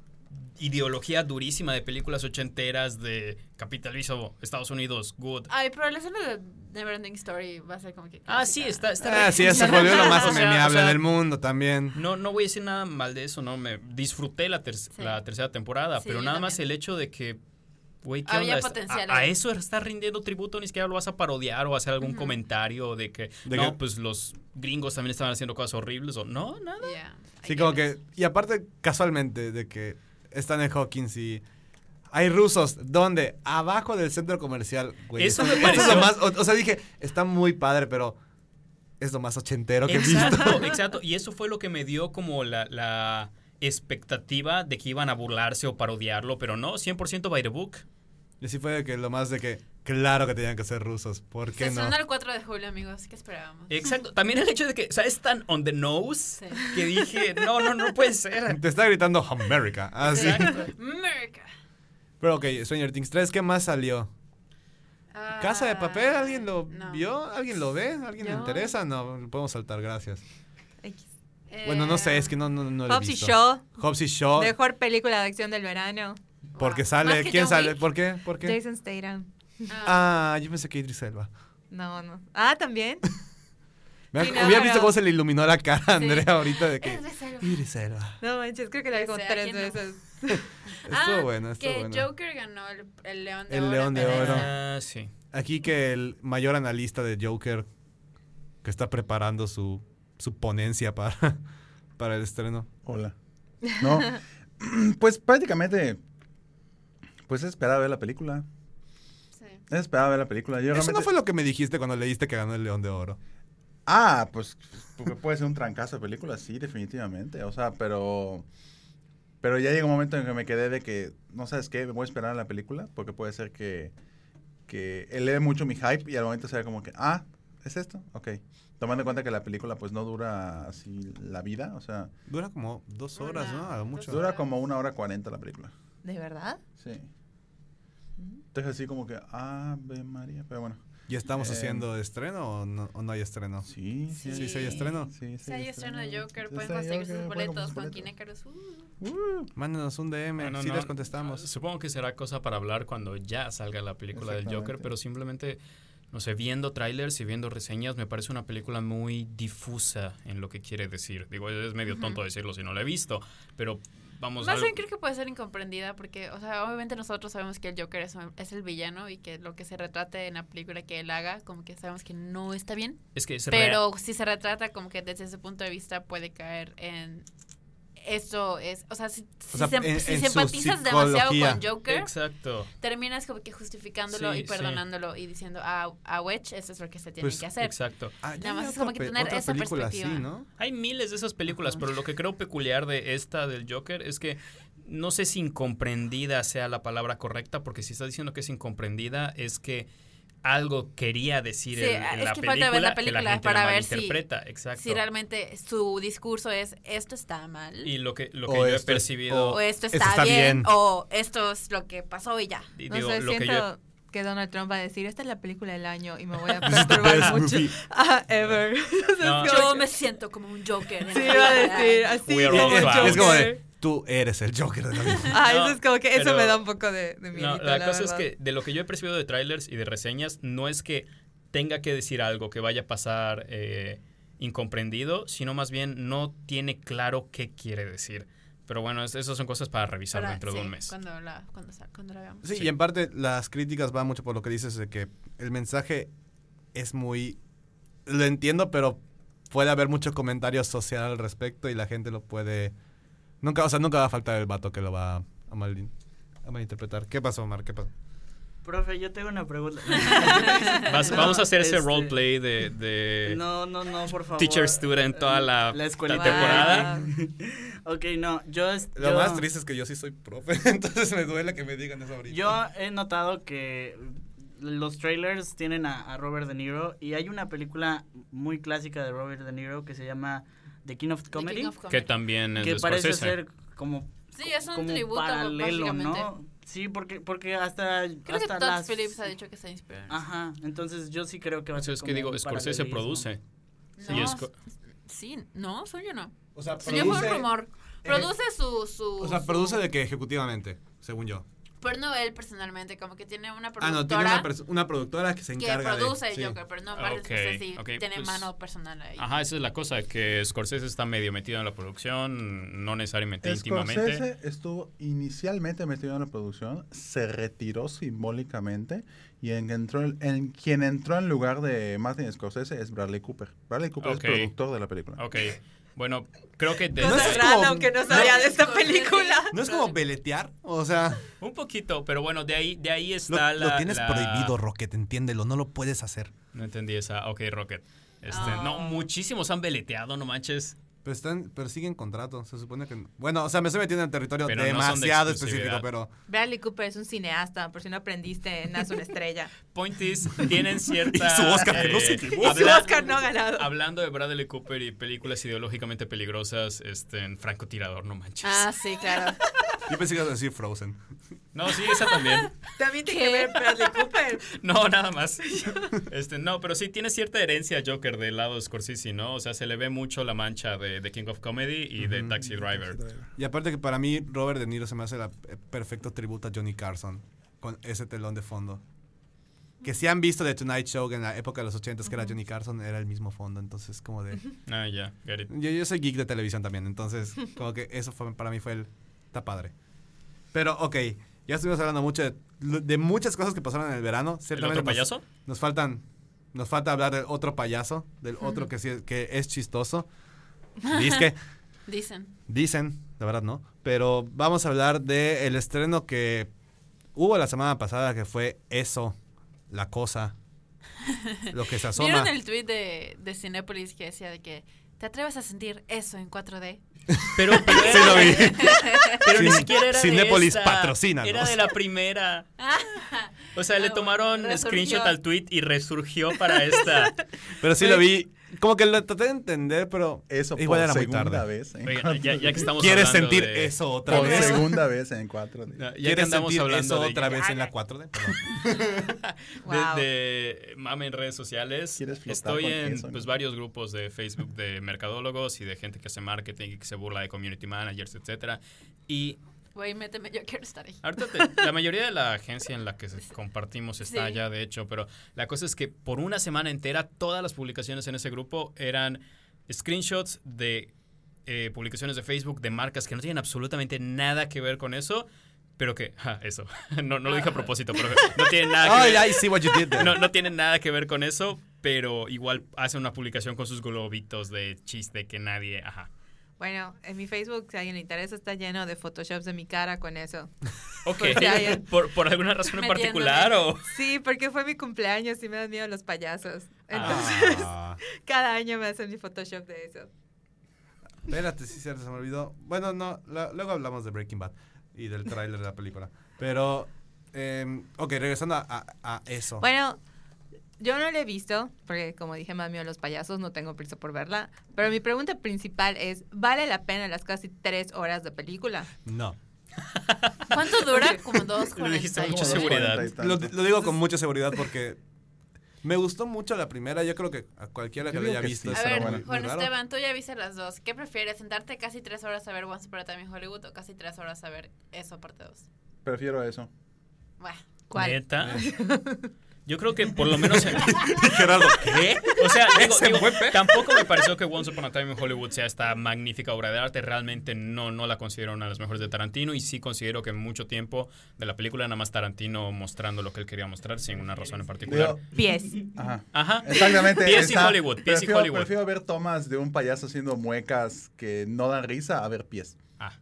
S3: ideología durísima de películas ochenteras de capitalismo, Estados Unidos, good.
S4: Ay, pero la escena de Neverending Story va a ser como que...
S3: Ah, sí, está... está
S2: Ah, sí, eso volvió lo más
S3: O sea,
S2: memeable
S3: o sea,
S2: del mundo también.
S3: No, no voy a decir nada mal de eso, no me disfruté la, ter- la tercera temporada,
S4: Sí,
S3: pero
S4: yo
S3: nada más
S4: también.
S3: el hecho de que güey, ¿qué
S4: Había
S3: onda? Está-
S4: potencial
S3: A, a
S4: ahí.
S3: eso estás rindiendo tributo, ni siquiera lo vas a parodiar o hacer algún
S4: Ujú.
S3: comentario de que
S2: De
S3: no,
S2: que-
S3: pues los gringos también estaban haciendo cosas horribles o no, nada.
S4: Yeah, I
S2: Sí,
S4: get
S2: como
S4: it.
S2: que. Y aparte, casualmente, de que están en Hawkins y. Hay rusos, ¿dónde? Abajo del centro comercial, güey.
S3: Eso
S2: Esto-
S3: me
S2: esto es lo
S3: pareció-
S2: más, o, o sea, dije, está muy padre, pero es lo más ochentero que he visto.
S3: Exacto, exacto. Y eso fue lo que me dio como la, la expectativa de que iban a burlarse o parodiarlo, pero no, 100% by the book.
S2: Y así fue de que lo más de que, claro que tenían que ser rusos, ¿por
S4: Se
S2: qué no? Eh,
S4: estrenó el 4 de julio, amigos. ¿Qué esperábamos?
S3: Exacto. También el hecho de que, o sea, es tan on the nose
S4: Sí.
S3: que dije, no, no, no puede ser.
S2: Te está gritando America. Ah, sí.
S3: Exacto.
S4: America.
S2: Pero ok, Stranger Things 3, ¿qué más salió? ¿Casa de papel? ¿Alguien lo
S4: Ah, No.
S2: vio? ¿Alguien lo ve? ¿Alguien le
S4: Yo-
S2: interesa? No, lo podemos saltar, gracias.
S6: X.
S2: Bueno, no sé,
S4: Eh,
S2: es que no, no, no lo he
S6: Hobbs y
S2: visto.
S6: Shaw,
S2: Hobbs y Shaw.
S6: mejor película de acción del verano,
S2: Porque
S4: wow. Más
S2: sale.
S4: que
S2: ¿Quién
S4: John
S2: sale?
S4: Wick.
S2: ¿Por qué? ¿Por qué?
S6: Jason Statham.
S4: Ah,
S2: Ah, yo pensé que Idris Elba.
S6: No, no. Ah, también.
S2: Me
S4: Sí,
S2: ac-
S4: no,
S2: hubiera
S4: pero-
S2: visto cómo se le iluminó la cara a Andrea ahorita de que.
S4: Es de cero.
S2: Iris Elba.
S6: No manches, creo que la vi
S4: O
S6: como
S4: sea,
S6: tres
S4: ¿quién no?
S6: veces.
S2: Estuvo bueno, estuvo
S4: Ah, que
S2: bueno.
S4: Joker ganó el, el León de
S2: El
S4: Oro.
S2: León de
S4: pero
S2: Oro.
S4: esa-
S3: Ah, sí.
S2: Aquí que el mayor analista de Joker que está preparando su, su ponencia para, para el estreno.
S5: Hola. No. pues prácticamente. Pues esperaba ver la película.
S4: sí.
S5: Esperaba ver la película. Yo
S2: Eso no
S5: realmente-
S2: fue lo que me dijiste cuando leíste que ganó el León de Oro.
S5: Ah, pues porque puede ser un trancazo de película, sí, definitivamente. O sea, pero. Pero ya llegó un momento en que me quedé de que, no sabes qué, me voy a esperar a la película porque puede ser que, que eleve mucho mi hype y al momento sea como que, ah, ¿es esto? Ok. Tomando en cuenta que la película pues no dura así la vida, o sea,
S2: Dura como dos
S4: Una,
S2: horas, ¿no? A lo
S4: dos
S2: mucho.
S5: dura como una hora cuarenta la película.
S6: ¿De verdad?
S5: Sí. Entonces así como que, ave María, pero bueno.
S2: ¿Y estamos
S5: Eh,
S2: haciendo estreno o no, o no hay estreno?
S5: Sí,
S4: Sí.
S2: Sí, sí hay estreno.
S5: Sí,
S4: Si hay estreno de Joker,
S5: Sí,
S4: pueden
S5: sí hay
S4: conseguir
S5: Joker,
S4: sus
S5: pueden comprar
S4: boletos
S5: sus
S4: con
S5: boletos.
S4: Kinecarus. Uh,
S2: Mándanos un DM,
S3: Bueno,
S2: sí
S3: no,
S2: les contestamos.
S3: Supongo que será cosa para hablar cuando ya salga la película del Joker,
S5: Exactamente.
S3: pero simplemente, no sé, viendo trailers y viendo reseñas, me parece una película muy difusa en lo que quiere decir. Digo, es medio
S4: Ujú.
S3: tonto decirlo si no la he visto, pero vamos
S4: Más
S3: algo-
S4: bien creo que puede ser incomprendida porque, o sea, obviamente nosotros sabemos que el Joker es, un- es el villano y que lo que se retrate en la película que él haga, como que sabemos que no está bien.
S3: es que es real.
S4: Pero si se retrata como que desde ese punto de vista puede caer en... Esto es, o sea, si, si
S2: sea,
S4: se-
S2: en-
S4: si
S2: en su
S4: simpatizas demasiado con
S2: psicología.
S4: Joker,
S3: Exacto.
S4: terminas como que justificándolo
S3: Sí,
S4: y
S3: sí.
S4: perdonándolo y diciendo ah, a Wedge, eso es lo que se tiene
S2: Pues,
S4: que hacer.
S3: Exacto.
S2: Ah, ya
S4: Nada más
S2: hay
S4: es
S2: otra
S4: como que
S2: pe-
S4: tener
S2: otra
S4: esa
S2: película Así,
S4: perspectiva.
S2: ¿no?
S3: Hay miles de esas películas, pero lo que creo peculiar de esta del Joker es que no sé si incomprendida sea la palabra correcta, porque si estás diciendo que es incomprendida, es que algo quería decir
S4: Sí,
S3: en, en
S4: ah, es
S3: la,
S4: que
S3: película,
S4: falta ver la
S3: que la
S4: película
S3: gente
S4: para
S3: la
S4: ver si-
S3: malinterpreta. Exacto.
S4: Si realmente su discurso es esto está mal
S3: y lo que, lo
S2: O
S3: que yo he
S2: esto es-
S3: percibido,
S4: o esto
S2: esto
S4: está,
S2: está
S4: bien,
S2: bien.
S4: o esto es lo que pasó y ya.
S3: y
S6: No
S3: digo,
S6: sé,
S3: lo que
S6: siento
S3: yo
S6: que, Donald Trump va a decir, esta es la película del año y me voy a
S2: This is the best
S6: perturbar mucho.
S2: movie.
S6: Ah, ever.
S3: No.
S6: Es como
S4: Yo
S6: que-
S4: me siento como un Joker. en
S6: Sí,
S4: la
S6: iba a
S4: vida.
S6: decir, así
S3: We are
S6: como
S3: all
S2: Es-
S3: Joker.
S2: es como de,
S6: Joker.
S2: tú eres el Joker de la vida.
S6: Ah,
S3: No,
S6: eso es como que eso
S3: pero-
S6: me da un poco de, de miedito,
S3: No, la, cosa es
S6: verdad.
S3: que de lo que yo he percibido de trailers y de reseñas, no es que tenga que decir algo que vaya a pasar eh, incomprendido, sino más bien no tiene claro qué quiere decir. Pero bueno, es- esas son cosas para revisar
S4: Para-
S3: dentro de
S4: sí,
S3: un mes.
S4: Cuando la, cuando, sa- cuando la veamos.
S2: Sí,
S3: Sí.
S2: y en parte las críticas van mucho por lo que dices de que el mensaje es muy... Lo entiendo, pero puede haber mucho comentario social al respecto y la gente lo puede... Nunca, o sea, nunca va a faltar el vato que lo va a, mal, a malinterpretar. ¿Qué pasó, Omar? ¿Qué pasó?
S7: Profe, yo tengo una pregunta.
S3: Vas-
S7: No,
S3: vamos a hacer ese
S7: este,
S3: roleplay de, de
S7: No, no, no, por favor.
S3: teacher student toda la,
S7: La escuela.
S3: la temporada.
S7: Ok, no, yo, es-
S2: Lo
S7: yo-
S2: más triste es que yo sí soy profe, entonces me duele que me digan eso ahorita.
S7: Yo he notado que los trailers tienen a, a Robert De Niro y hay una película muy clásica de Robert De Niro que se llama The King of
S4: The King
S7: Comedy,
S4: of Comedy.
S3: Que también es
S7: que
S3: de
S7: parece
S3: Scorsese.
S7: ser como
S4: Sí, es un
S7: como
S4: tributo,
S7: paralelo, ¿no?
S4: básicamente.
S7: Sí, porque porque hasta
S4: Creo que
S7: hasta
S4: Todd
S7: las-
S4: Phillips ha dicho que se inspiró. en eso.
S7: Ajá, entonces yo sí creo que va a
S3: Entonces
S7: ser
S3: es que
S7: como
S3: digo,
S7: un
S3: Scorsese
S7: paralelismo.
S3: produce.
S4: No,
S3: Y Sco-
S4: sí, no, suyo no.
S2: o sea,
S4: Suyo fue un
S2: produce-
S4: rumor. Produce su, su.
S2: O sea, produce
S4: su-
S2: de que ejecutivamente, según yo.
S4: Pero no él personalmente, como que tiene una
S2: Ah,
S4: productora.
S2: no, tiene una, perso- una productora que se
S4: que
S2: encarga
S4: produce
S2: de... sí.
S4: el Joker, pero no
S3: Ah,
S4: parece que
S3: ok,
S4: sí
S3: ok,
S4: tiene
S3: pues-
S4: mano personal ahí.
S3: Ajá, esa es la cosa, que Scorsese está medio metido en la producción, no
S2: E
S3: necesariamente íntimamente.
S5: Scorsese estuvo inicialmente metido en la producción, se retiró simbólicamente y en, entró el- en- quien entró en lugar de Martin Scorsese es Bradley Cooper. Bradley Cooper
S3: Ok.
S5: es productor de la película.
S3: Ok, bueno, creo que de-
S6: Cosa
S2: No es
S6: rara,
S2: como-
S6: aunque no
S2: no-
S6: sabía de esta
S4: Scorsese.
S6: película.
S2: ¿No es como peletear? O sea,
S3: un poquito, pero bueno, de ahí, de ahí
S2: lo,
S3: está la...
S2: lo tienes
S3: la-
S2: prohibido, Rocket, entiéndelo, no lo puedes hacer.
S3: No entendí esa, ok, Rocket. Este,
S4: Ah.
S3: No, muchísimos han beleteado, no manches.
S2: Pero, están, pero siguen contrato, se supone que... Bueno, o sea, me estoy metiendo en territorio
S3: Pero no son de
S2: demasiado específico,
S3: exclusividad.
S2: pero...
S6: Bradley Cooper es un cineasta, por si no aprendiste, nace una estrella.
S3: Point is, tienen cierta... eh,
S2: Y su Oscar, que no se llevó.
S6: y su
S3: habla-
S6: Oscar no ha ganado.
S3: Hablando de Bradley Cooper y películas ideológicamente peligrosas, este, en francotirador, no manches.
S4: Ah, sí, claro.
S2: Yo pensé que ibas a decir Frozen.
S3: No, sí, esa también.
S6: También tiene
S4: ¿Qué?
S6: que ver Bradley Cooper.
S3: No, nada más. Este, no, pero sí tiene cierta herencia Joker del lado de Scorsese, ¿no? O sea, se le ve mucho la mancha de, de King of Comedy y de Taxi Driver.
S2: Y aparte que para mí Robert De Niro se me hace la eh, perfecto tributo a Johnny Carson, con ese telón de fondo. que sí han visto de Tonight Show en la época de los 80 que era Johnny Carson, era el mismo fondo. Entonces, como de.
S3: Ah, ya, get it.
S2: Yo, yo soy geek de televisión también, entonces, como que eso fue, para mí fue el. Está padre. Pero, ok, ya estuvimos hablando mucho de, de muchas cosas que pasaron en el verano.
S3: ¿El otro
S2: Ciertamente nos-
S3: payaso?
S2: nos faltan. Nos falta hablar del otro payaso, del otro que, sí es- que es chistoso. Dice
S4: Dicen.
S2: dicen, la verdad no. Pero vamos a hablar del estreno que hubo la semana pasada, que fue eso, la cosa, lo que se asoma.
S4: ¿Vieron el tweet de, de Cinépolis que decía de que te atreves a sentir eso en 4D?
S3: Pero, pero
S2: Sí, lo vi.
S3: Pero ni
S2: Cin-
S3: siquiera era
S2: Cinépolis,
S3: de esta.
S2: patrocínanos.
S3: Era de la primera. O sea,
S4: Ah,
S3: le
S4: bueno,
S3: tomaron
S4: resurgió.
S3: screenshot al tweet y resurgió para esta.
S2: Pero sí lo vi, como que lo traté de entender, pero
S5: Eso
S2: igual
S5: por
S2: era muy
S5: segunda
S2: tarde.
S5: vez. en
S3: Oigan,
S5: cuatro-
S3: ya, ya que estamos
S2: ¿Quieres
S3: hablando
S2: sentir
S3: de-
S2: eso otra
S5: Por
S4: Pero-
S2: vez?
S5: segunda vez en cuatro días.
S3: Ya que
S2: ¿Quieres
S3: andamos
S2: sentir
S3: hablando
S2: eso
S3: de-
S2: otra vez en la 4D? Perdón.
S4: Wow.
S3: de, de mame en redes sociales.
S5: ¿Quieres flotar
S3: Estoy
S5: con
S3: en
S5: eso,
S3: pues,
S5: no?
S3: varios grupos de Facebook de mercadólogos y de gente que hace marketing y que se burla de community managers, etcétera. Y
S4: Güey, méteme, yo quiero estar ahí.
S3: ahorita te- la mayoría de la agencia en la que se- compartimos está
S4: Sí.
S3: allá, de hecho, pero la cosa es que por una semana entera todas las publicaciones en ese grupo eran screenshots de eh, publicaciones de Facebook de marcas que no tienen absolutamente nada que ver con eso. Pero que, ja, eso, no, no lo
S6: Ah.
S3: dije a propósito, pero no tiene nada Ah, que
S2: Oh,
S3: ver
S2: yeah, I see what you did there.
S3: no, no tiene nada que ver con eso, pero igual hace una publicación con sus globitos de chiste que nadie. Ajá.
S6: Bueno, en mi Facebook, si a alguien le interesa, está lleno de photoshops de mi cara con eso.
S3: Ok.
S6: Pues ya, ya.
S3: ¿Por, por alguna razón en
S4: Metiéndole.
S3: particular o.?
S6: Sí, porque fue mi cumpleaños y me dan miedo los payasos. Entonces,
S2: Ah.
S6: cada año me hacen mi Photoshop de eso.
S2: Espérate, sí, cierto, se me olvidó. Bueno, no, la- luego hablamos de Breaking Bad y del tráiler de la película. Pero, eh, ok, regresando a, a- a eso.
S6: Bueno, yo no la he visto, porque como dije, más miedo los payasos, no tengo prisa por verla. Pero mi pregunta principal es, ¿vale la pena las casi tres horas de película?
S2: No.
S4: ¿Cuánto dura? Como dos
S3: Lo dijiste
S4: cuarenta
S3: con mucha
S4: y ocho.
S3: seguridad.
S5: Cuarenta y
S2: Lo,
S5: tanto.
S2: lo digo con mucha seguridad porque me gustó mucho la primera. Yo creo que a cualquiera que
S5: Yo
S2: lo haya
S5: digo que
S2: visto
S5: sí.
S2: es
S4: A
S5: Esa
S4: ver,
S5: era
S2: muy,
S5: buena.
S4: Juan
S2: muy raro.
S4: Esteban, tú ya viste las dos. ¿Qué prefieres? ¿Sentarte casi tres horas a ver Once Upon a Time in Hollywood o casi tres horas a ver eso parte dos?
S5: Prefiero eso.
S4: Bueno,
S6: ¿Cuál?
S3: Neta. Yo creo que por lo menos. en-
S2: Gerardo,
S3: ¿Qué? O sea, digo,
S2: Ese
S3: digo,
S2: buen pe-
S3: tampoco me pareció que Once Upon a Time in Hollywood sea esta magnífica obra de arte. Realmente no, no la considero una de las mejores de Tarantino y sí considero que mucho tiempo de la película nada más Tarantino mostrando lo que él quería mostrar sin una razón en particular.
S5: Digo,
S6: Pies.
S5: ajá.
S3: Ajá.
S5: Exactamente.
S3: Pies y
S5: está-
S3: Hollywood, pies y
S5: prefiero,
S3: Hollywood.
S5: prefiero ver tomas de un payaso haciendo muecas que no dan risa a ver pies.
S3: Ah.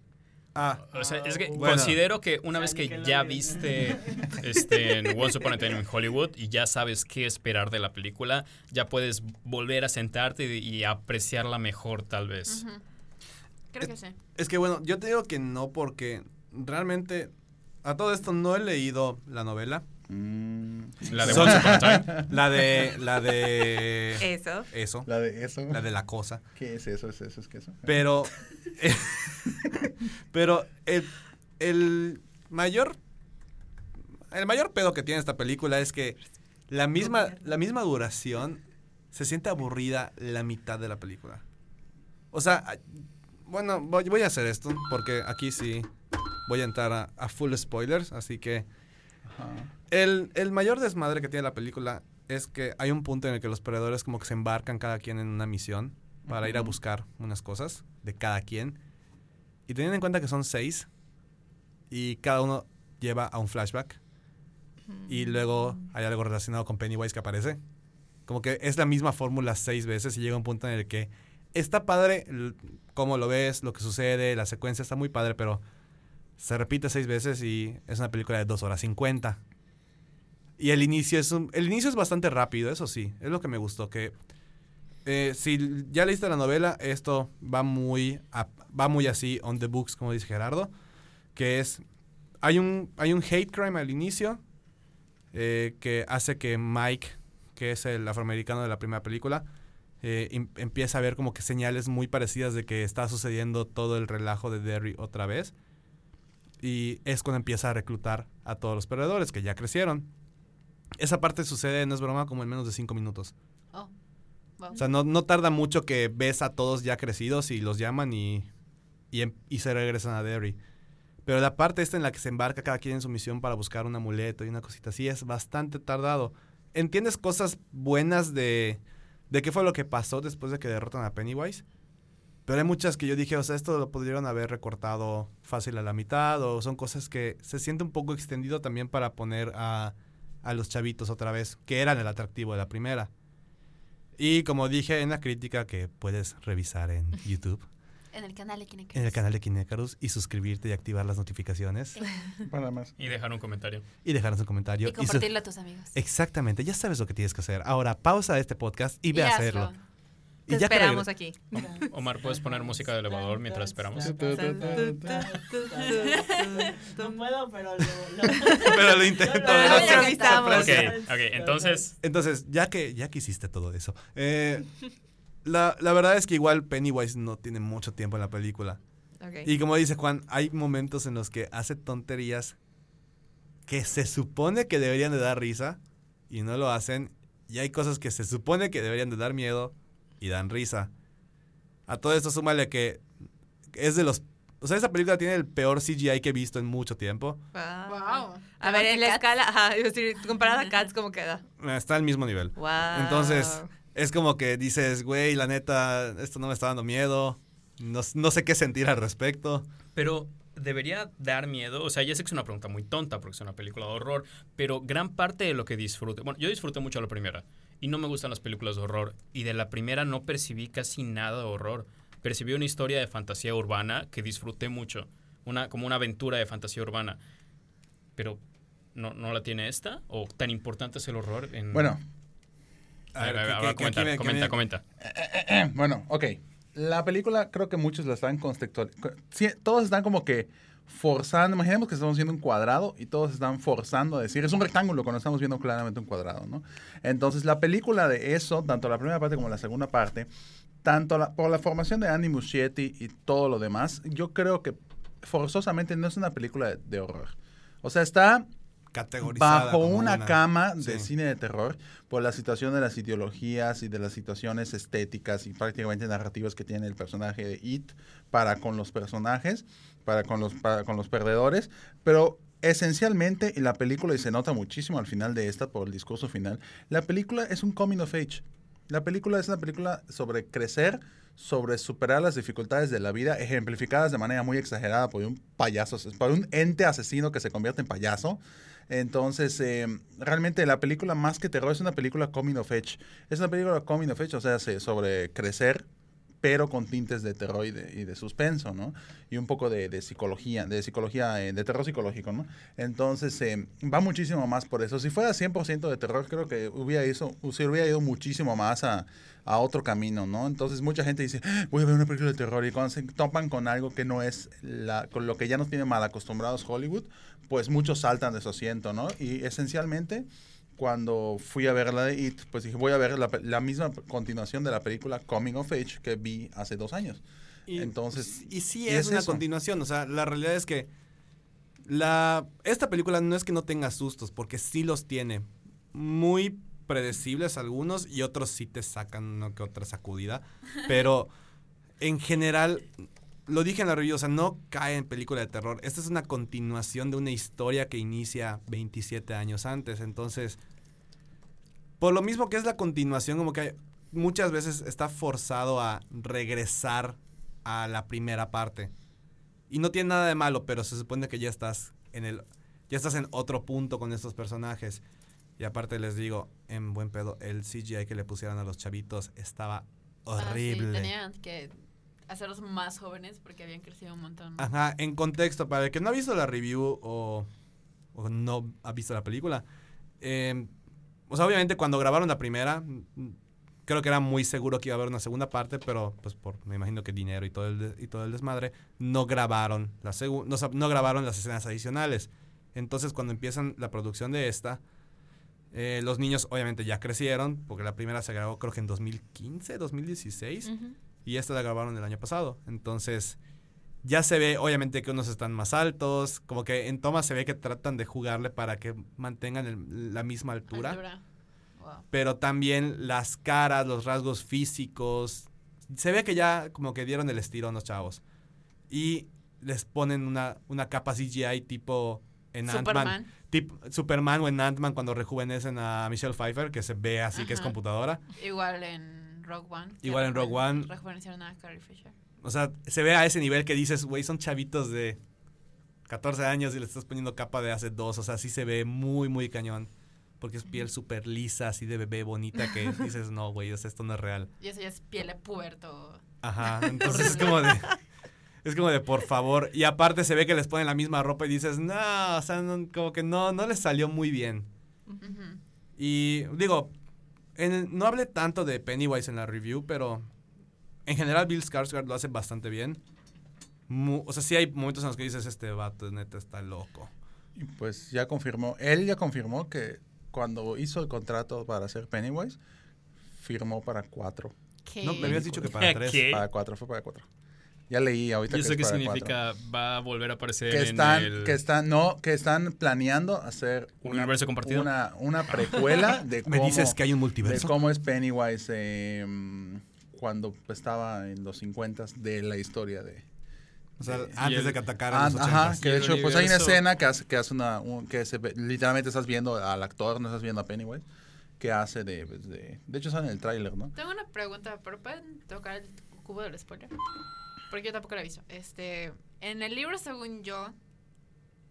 S2: Ah,
S3: O sea, es que
S2: Bueno.
S3: considero que una
S7: O sea,
S3: vez que
S7: Nickelodeon.
S3: ya viste este, en Once Upon a Time in Hollywood y ya sabes qué esperar de la película, ya puedes volver a sentarte y, y apreciarla mejor, tal vez.
S4: ujú. Creo
S2: Eh,
S4: que sí.
S2: es que bueno, yo te digo que no porque realmente a todo esto no he leído la novela.
S5: Mm,
S3: La de
S2: Son-
S3: Once Upon a Time.
S2: La de, la de
S6: Eso.
S2: eso,
S5: la de eso.
S2: la de la cosa.
S5: ¿Qué es eso? ¿Es eso? ¿Es que eso?
S2: Pero. pero el, el mayor. El mayor pedo que tiene esta película es que la misma, la misma duración se siente aburrida la mitad de la película. O sea, a- bueno, voy, voy a hacer esto porque aquí sí voy a entrar a, a full spoilers, así que.
S5: Ajá.
S2: El, el mayor desmadre que tiene la película es que hay un punto en el que los perdedores como que se embarcan cada quien en una misión para ir a
S5: Ujú.
S2: buscar unas cosas de cada quien. Y teniendo en cuenta que son seis y cada uno lleva a un flashback y luego hay algo relacionado con Pennywise que aparece. Como que es la misma fórmula seis veces y llega un punto en el que está padre el- cómo lo ves, lo que sucede, la secuencia está muy padre, pero se repite seis veces y es una película de dos horas cincuenta. Y el inicio es un, el inicio es bastante rápido, eso sí, es lo que me gustó que eh, si ya leíste la novela, esto va muy a- va muy así on the books como dice Gerardo, que es hay un hay un hate crime al inicio eh, que hace que Mike, que es el afroamericano de la primera película, eh, im- empieza a ver como que señales muy parecidas de que está sucediendo todo el relajo de Derry otra vez. Y es cuando empieza a reclutar a todos los perdedores que ya crecieron. Esa parte sucede, no es broma, como en menos de cinco minutos.
S4: Oh. Wow.
S2: O sea, no, no tarda mucho que ves a todos ya crecidos y los llaman y, y, em- y se regresan a Derry. Pero la parte esta en la que se embarca cada quien en su misión para buscar un amuleto y una cosita así es bastante tardado. entiendes cosas buenas de, de qué fue lo que pasó después de que derrotan a Pennywise. Pero hay muchas que yo dije, o sea, esto lo pudieron haber recortado fácil a la mitad, o son cosas que se siente un poco extendido también para poner a, a los chavitos otra vez, que eran el atractivo de la primera. Y como dije en la crítica que puedes revisar en YouTube,
S4: En el canal de Kinect.
S2: en el canal de Kinecarus, y suscribirte y activar las notificaciones,
S5: Para más.
S3: Y dejar un comentario.
S2: y dejarnos un comentario.
S4: Y
S2: su-
S4: compartirlo a tus amigos.
S2: Exactamente, ya sabes lo que tienes que hacer. Ahora pausa este podcast y ve a
S4: hazlo.
S2: hacerlo. Y
S6: Te
S2: ya que
S6: esperamos
S2: regre-
S6: aquí.
S3: Omar, ¿puedes poner música de elevador mientras esperamos?
S7: No puedo, pero lo, lo-
S2: Pero lo intento.
S7: Pero lo
S2: ¿no?
S6: improvisamos.
S3: Ok, ok, entonces...
S2: Entonces, ya que, ya que hiciste todo eso, eh, la, la verdad es que igual Pennywise no tiene mucho tiempo en la película.
S6: Ok.
S2: Y como dice Juan, hay momentos en los que hace tonterías que se supone que deberían de dar risa y no lo hacen. Y hay cosas que se supone que deberían de dar miedo y dan risa. A todo esto súmale que es de los... O sea, esa película tiene el peor CGI que he visto en mucho tiempo.
S6: Wow.
S4: Wow.
S6: A ver, en la escala, ajá, es decir, comparada a Cats, ¿cómo queda?
S2: Está al mismo nivel.
S6: Wow.
S2: Entonces, es como que dices, güey, la neta, esto no me está dando miedo. No, no sé qué sentir al respecto.
S3: Pero debería dar miedo, o sea, ya sé que es una pregunta muy tonta porque es una película de horror, pero gran parte de lo que disfruté, bueno, yo disfruté mucho la primera y no me gustan las películas de horror y de la primera no percibí casi nada de horror, percibí una historia de fantasía urbana que disfruté mucho, una como una aventura de fantasía urbana, pero no, no la tiene esta o tan importante es el horror en
S5: Bueno,
S3: a ver, a ver,
S2: ¿qué-
S3: ahora
S2: qué- qué-
S3: comenta,
S2: qué me- qué
S3: comenta,
S2: me-
S3: comenta.
S5: bueno, ok. La película creo que muchos la están contextualizando. todos están como que forzando. Imaginemos que estamos viendo un cuadrado y todos están forzando a decir, es un rectángulo cuando estamos viendo claramente un cuadrado, ¿no? Entonces la película de eso, tanto la primera parte como la segunda parte, tanto la- por la formación de Andy Muschietti y todo lo demás, yo creo que forzosamente no es una película de- de horror. O sea, está
S2: Categorizada.
S5: bajo
S2: como
S5: una, cama de
S2: sí.
S5: cine de terror por la situación de las ideologías y de las situaciones estéticas y prácticamente narrativas que tiene el personaje de It para con los personajes, para con los, para con los perdedores, pero esencialmente en la película, y se nota muchísimo al final de esta por el discurso final, la película es un coming of age. La película es una película sobre crecer, sobre superar las dificultades de la vida, ejemplificadas de manera muy exagerada por un payaso, por un ente asesino que se convierte en payaso. Entonces, eh, realmente la película más que terror es una película coming of age. Es una película coming of age, o sea, se- sobre crecer, pero con tintes de terror y de, y de suspenso, ¿no? Y un poco de, de psicología, de psicología, eh, de terror psicológico, ¿no? Entonces, eh, va muchísimo más por eso. Si fuera 100% de terror, creo que hubiera, hizo, se hubiera ido muchísimo más a, a otro camino, ¿no? Entonces, mucha gente dice, "Ah, voy a ver una película de terror, y cuando se topan con algo que no es, la, con lo que ya nos tiene mal acostumbrados Hollywood, pues muchos saltan de su asiento, ¿no? Y esencialmente, cuando fui a ver la de It, pues dije, voy a ver la, pe- la misma continuación de la película Coming of Age que vi hace dos años. Entonces,
S2: Y sí
S5: y
S2: es,
S5: es
S2: una
S5: eso.
S2: continuación. O sea, la realidad es que. La, esta película no es que no tenga sustos, porque sí los tiene. Muy predecibles algunos y otros sí te sacan una que otra sacudida. Pero en general, lo dije en la review, o sea, no cae en película de terror. Esta es una continuación de una historia que inicia 27 años antes. Entonces, por lo mismo que es la continuación, como que hay- muchas veces está forzado a regresar a la primera parte. Y no tiene nada de malo, pero se supone que ya estás en el ya estás en otro punto con estos personajes. Y aparte les digo, en buen pedo, el CGI que le pusieron a los chavitos estaba horrible.
S4: Ah, sí, tenían que hacerlos más jóvenes porque habían crecido un montón.
S2: Ajá, en contexto, para el que no ha visto la review o, o no ha visto la película, eh, o sea, obviamente cuando grabaron la primera, mm, creo que era muy seguro que iba a haber una segunda parte, pero pues por, me imagino que dinero y todo el, de- y todo el desmadre, no grabaron, la segu- no, sa- no grabaron las escenas adicionales. Entonces cuando empiezan la producción de esta, eh, los niños obviamente ya crecieron, porque la primera se grabó creo que en 2015, 2016.
S6: Ujú.
S2: Y esta la grabaron el año pasado. Entonces, ya se ve, obviamente, que unos están más altos. Como que en tomas se ve que tratan de jugarle para que mantengan el- la misma altura.
S4: Altura. Wow.
S2: Pero también las caras, los rasgos físicos. Se ve que ya como que dieron el estirón los chavos. Y les ponen una, una capa CGI tipo en Ant-Man.
S4: Superman.
S2: Tip- Superman o en Ant-Man cuando rejuvenecen a Michelle Pfeiffer, que se ve así que es
S4: Ajá.
S2: computadora.
S4: Igual en Rogue One.
S2: Igual en Rogue One.
S4: Rejuvenecieron a Carrie Fisher.
S2: O sea, se ve a ese nivel que dices, güey, son chavitos de 14 años y le estás poniendo capa de hace dos. O sea, sí se ve muy, muy cañón. Porque es piel súper lisa, así de bebé bonita, que dices, no, güey, o sea, esto no es real.
S4: Y eso ya es piel de puerto.
S2: Ajá, entonces es como de... Es como de, por favor. Y aparte se ve que les ponen la misma ropa y dices, no, o sea, no- como que no, no les salió muy bien.
S4: Ujú.
S2: Y digo, en- no hablé tanto de Pennywise en la review, pero en general Bill Skarsgård lo hace bastante bien. Mu- o sea, sí hay momentos en los que dices, este vato neta está loco.
S5: Y pues ya confirmó, él ya confirmó que cuando hizo el contrato para hacer Pennywise, firmó para cuatro.
S4: Que-
S2: No, me habías dicho que para tres.
S3: ¿Qué?
S5: Para cuatro, fue para cuatro. Ya leí ahorita
S3: Yo sé
S5: es
S3: qué
S5: para
S3: significa va a volver a aparecer
S5: cuatro. Que
S3: en
S5: están,
S3: el...
S5: que están, no, que están planeando hacer
S3: ¿Un universo compartido?
S5: Una, una precuela de cómo,
S2: Me dices que hay un
S5: de
S2: multiverso.
S5: cómo es Pennywise eh, cuando estaba en los 50 de la historia de,
S2: O sea,
S5: de-
S2: antes
S3: y el-
S2: de que atacaran
S5: Ah,
S2: los
S5: ajá,
S2: ochentas.
S5: que
S3: Y
S5: de
S3: el
S5: hecho, pues hay una
S3: universo-
S5: escena que hace, que hace una, un- que se ve- literalmente estás viendo al actor, no estás viendo a Pennywise, que hace de, pues, de, de hecho sale en el tráiler, ¿no?
S4: Tengo una pregunta, pero pueden tocar el cubo del spoiler. Porque yo tampoco la aviso. Este, en el libro, según yo,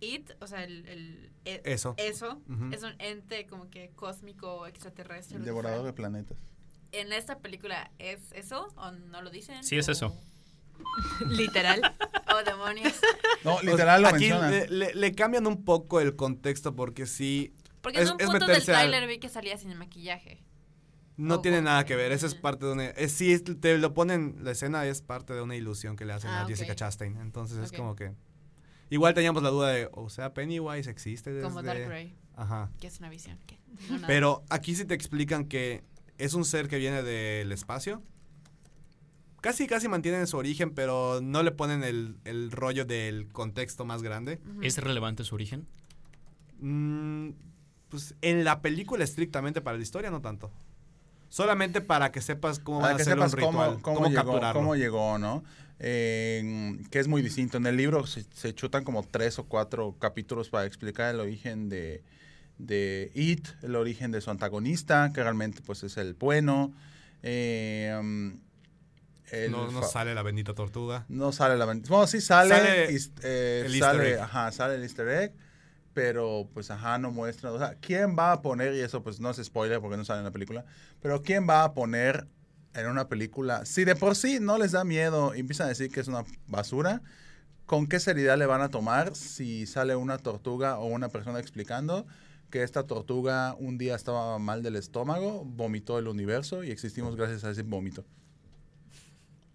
S4: It, o sea, el, el- e-
S2: Eso.
S4: eso
S2: Eh, Ujú.
S4: es un ente como que cósmico, extraterrestre.
S5: El
S4: lo que
S5: devorador de
S4: fuera.
S5: planetas.
S4: ¿En esta película es eso o no lo dicen?
S3: Sí, es
S4: o-
S3: eso.
S6: Literal.
S4: Oh, demonios.
S5: No,
S2: O sea,
S5: literal lo
S2: Pues, Aquí
S5: mencionan.
S2: le, le- le cambian un poco el contexto porque sí,
S4: Porque
S2: Es-
S4: en un
S2: es
S4: punto del
S2: meterse al-
S4: tráiler vi que salía sin maquillaje.
S2: no
S4: Oh,
S2: tiene
S4: bueno.
S2: nada que ver. Esa es
S4: Mm.
S2: parte de una... eh, sí, es- te lo ponen, la escena es parte de una ilusión que le hacen
S4: Ah,
S2: a
S4: ok.
S2: Jessica Chastain. Entonces es
S4: Ok.
S2: como que... Igual teníamos la duda de, o sea, Pennywise existe desde...
S4: Como Dark Grey,
S2: Ajá.
S4: que es una visión. que no nada.
S2: Pero aquí sí te explican que es un ser que viene del espacio. Casi, casi mantienen su origen, pero no le ponen el, el rollo del contexto más grande.
S4: Ujú.
S3: ¿Es relevante su origen?
S2: Mm, pues en la película estrictamente para la historia, no tanto. Solamente para que sepas cómo van
S5: Para
S2: a
S5: que
S2: hacer un
S5: sepas
S2: ritual,
S5: cómo,
S2: cómo,
S5: cómo llegó,
S2: capturarlo.
S5: cómo llegó, ¿no? Eh, que es muy distinto. En el libro se, se chutan como tres o cuatro capítulos para explicar el origen de, de It, el origen de su antagonista, que realmente pues es el bueno. Eh, mm, el
S2: no, no
S5: fa-
S2: sale la bendita tortuga.
S5: No sale la vent- Bueno, sí sale.
S2: Sale
S5: is- eh,
S2: el
S5: sale-
S2: easter egg.
S5: Ajá, sale el easter egg. Pero pues ajá, no muestra. O sea, ¿quién va a poner, y eso pues no es spoiler porque no sale en la película, pero ¿quién va a poner en una película, si de por sí no les da miedo y empiezan a decir que es una basura, ¿con qué seriedad le van a tomar si sale una tortuga o una persona explicando que esta tortuga un día estaba mal del estómago, vomitó el universo y existimos gracias a ese vómito?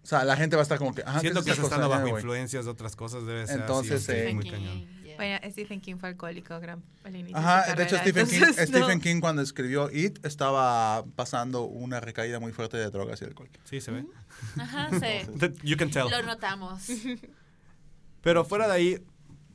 S5: O sea, la gente va a estar como que... ajá, ¿qué
S2: Siento
S5: es
S2: que
S5: esa
S2: se están
S5: cosa? Ya,
S2: bajo
S5: güey.
S2: influencias de otras cosas, debe ser así,
S5: Entonces,
S2: sí,
S5: eh,
S2: muy
S4: Stephen
S2: cañón.
S4: King, yeah.
S6: Bueno, Stephen King fue alcohólico gran, al inicio
S5: Ajá,
S6: su
S5: de hecho
S6: carrera,
S5: Stephen, King,
S6: entonces,
S5: Stephen
S6: no.
S5: King cuando escribió It estaba pasando una recaída muy fuerte de drogas y alcohol.
S2: Sí, se ve.
S4: Ajá, sí.
S2: That- You can tell.
S4: Lo notamos.
S2: Pero fuera de ahí,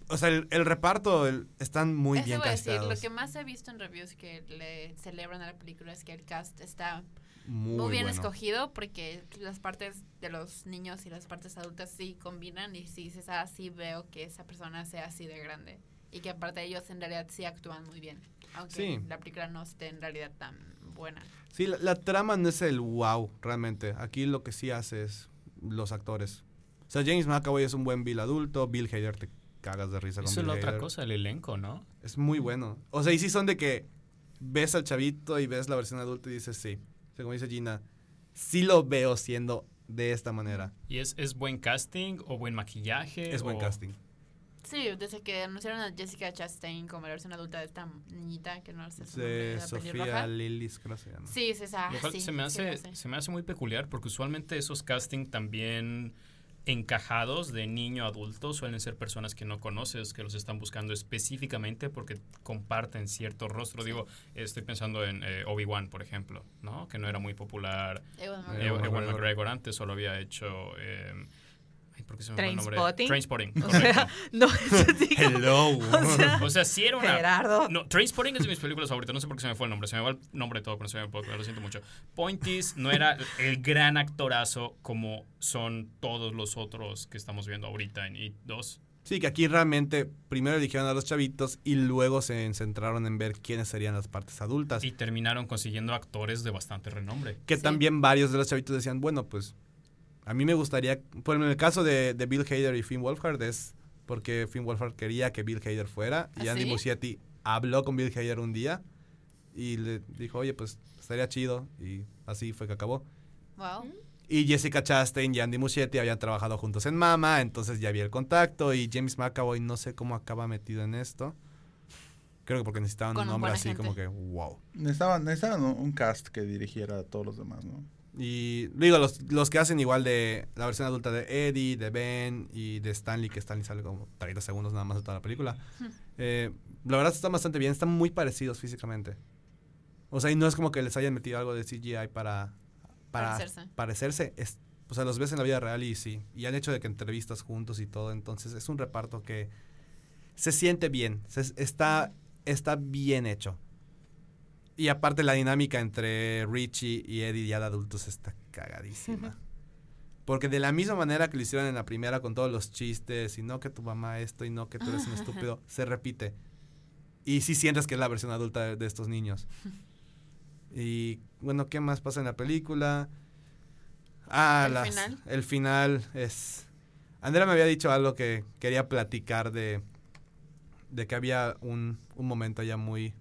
S2: o sea, el, el reparto el- están muy
S4: Eso
S2: bien
S4: iba a decir,
S2: casteados.
S4: lo que más he visto en reviews que le celebran a la película es que el cast está
S2: muy,
S4: muy, bien
S2: bueno.
S4: escogido porque las partes de los niños y las partes adultas sí combinan y sí dices, ah, sí veo que esa persona sea así de grande. Y que aparte ellos en realidad sí actúan muy bien, aunque
S2: Sí.
S4: la película no esté en realidad tan buena.
S2: Sí, la, la trama no es el wow, realmente. Aquí lo que sí hace es los actores. O sea, James McAvoy es un buen Bill adulto, Bill Hader te cagas de risa con
S3: Eso es
S2: Bill
S3: la otra
S2: Hader.
S3: cosa, el elenco, ¿no?
S2: Es muy bueno. O sea, y sí son de que ves al chavito y ves la versión adulta y dices sí. O sea, como dice Gina, sí lo veo siendo de esta manera.
S3: ¿Y es, es buen casting o buen maquillaje?
S2: Es buen
S3: o-
S2: casting.
S4: Sí, desde que anunciaron a Jessica Chastain como la versión adulta de esta niñita que no sé su nombre,
S2: De
S4: la
S2: Sofía
S4: pelirroja.
S2: Lillis, creo que se llama.
S4: Sí, es esa.
S3: Lo
S4: Ah,
S3: cual
S4: sí,
S3: se, me
S4: sí,
S3: hace,
S4: la sé.
S3: se me hace muy peculiar porque usualmente esos casting también encajados de niño a adulto suelen ser personas que no conoces, que los están buscando específicamente porque comparten cierto rostro. Digo, estoy pensando en eh, Obi-Wan, por ejemplo, ¿no? Que no era muy popular.
S4: Ewan
S2: Eh,
S3: Ewan
S4: McGregor.
S2: Ewan
S3: McGregor.
S2: McGregor.
S3: antes solo había hecho... eh, ay, ¿Por qué se me fue el nombre?
S6: Trainspotting.
S3: Trainspotting,
S6: O sea,
S3: correcto.
S6: no, eso sí como-
S2: Hello.
S6: o sea,
S3: O sea, sí era una
S6: Gerardo.
S3: No, Trainspotting es de mis películas favoritas. No sé por qué se me fue el nombre. Se me va el nombre de todo, pero se me fue, lo siento mucho. Pointis no era el gran actorazo como son todos los otros que estamos viendo ahorita en It 2.
S2: Sí, que aquí realmente primero eligieron a los chavitos y luego se centraron en ver quiénes serían las partes adultas.
S3: Y terminaron consiguiendo actores de bastante renombre.
S2: Que
S4: Sí.
S2: también varios de los chavitos decían, bueno, pues a mí me gustaría, por ejemplo, en el caso de, de Bill Hader y Finn Wolfhard es porque Finn Wolfhard quería que Bill Hader fuera y
S4: ¿Ah,
S2: Andy
S4: sí?
S2: Muschietti habló con Bill Hader un día y le dijo, oye, pues estaría chido y así fue que acabó.
S4: Wow.
S2: Y Jessica Chastain y Andy Muschietti habían trabajado juntos en Mama, entonces ya había el contacto. Y James McAvoy no sé cómo acaba metido en esto. Creo que porque necesitaban
S4: Con
S2: un
S4: un
S2: nombre
S4: buen
S2: así
S4: agente.
S2: como que wow.
S5: Necesitaban, necesitaban un- un cast que dirigiera a todos los demás, ¿no?
S2: Y digo, los, los que hacen igual de la versión adulta de Eddie, de Ben y de Stanley, que Stanley sale como 30 segundos nada más de toda la película. Eh, la verdad están bastante bien, están muy parecidos físicamente. O sea, y no es como que les hayan metido algo de CGI para, para
S4: Parecerse.
S2: parecerse. Es- o sea, los ves en la vida real y sí. Y han hecho de que entrevistas juntos y todo. Entonces es un reparto que se siente bien, se- está, está bien hecho. Y aparte la dinámica entre Richie y Eddie ya de adultos está cagadísima. Porque de la misma manera que lo hicieron en la primera con todos los chistes y no que tu mamá esto y no que tú eres un estúpido, se repite. Y sí sientes que es la versión adulta de, de estos niños. Y bueno, ¿qué más pasa en la película? Ah,
S4: ¿El
S2: las-
S4: final?
S2: el final es... Andrea me había dicho algo que quería platicar de, de que había un, un momento ya muy...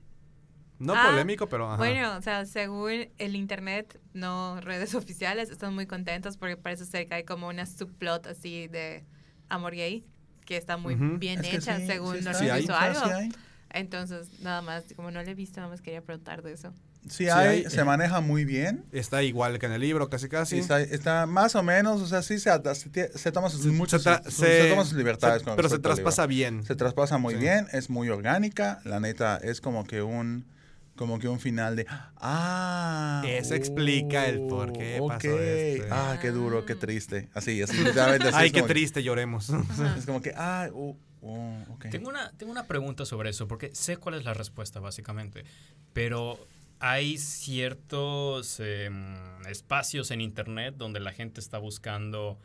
S2: No
S6: Ah,
S2: polémico, pero... ajá.
S6: Bueno, o sea, según el internet, no redes oficiales, están muy contentos porque parece ser que hay como una subplot así de amor gay que está muy
S2: Ujú.
S6: bien
S5: Es que
S6: hecha
S5: sí,
S6: según
S5: sí
S6: nos
S5: está,
S2: hay.
S6: hizo
S5: o sea,
S6: algo.
S5: sí hay.
S6: Entonces, nada más, como no lo he visto, nada más quería preguntar de eso.
S5: Sí hay,
S2: hay,
S5: se
S2: eh.
S5: maneja muy bien.
S2: Está igual que en el libro, casi casi.
S5: Sí, está, está más o menos, o sea, sí se, ad- se, tie- se toma sus,
S2: Se-
S5: muchas-
S2: se tra-
S5: sus-
S2: se-
S5: se toma sus libertades.
S2: se-
S5: con
S2: pero se
S5: respecto al libro.
S2: traspasa bien.
S5: Se traspasa muy
S2: Sí.
S5: bien, es muy orgánica, la neta es como que un como que un final de ah oh,
S2: Eso explica el por qué
S5: ok,
S2: pasó esto. ¿eh?
S5: Ah, qué duro, qué triste. Así, así literalmente así
S2: Ay,
S5: es
S2: qué
S5: como que-
S2: triste, lloremos.
S5: Es como que ah, oh, oh, ok.
S3: Tengo una, tengo una pregunta sobre eso, porque sé cuál es la respuesta, básicamente. Pero hay ciertos em, espacios en Internet donde la gente está buscando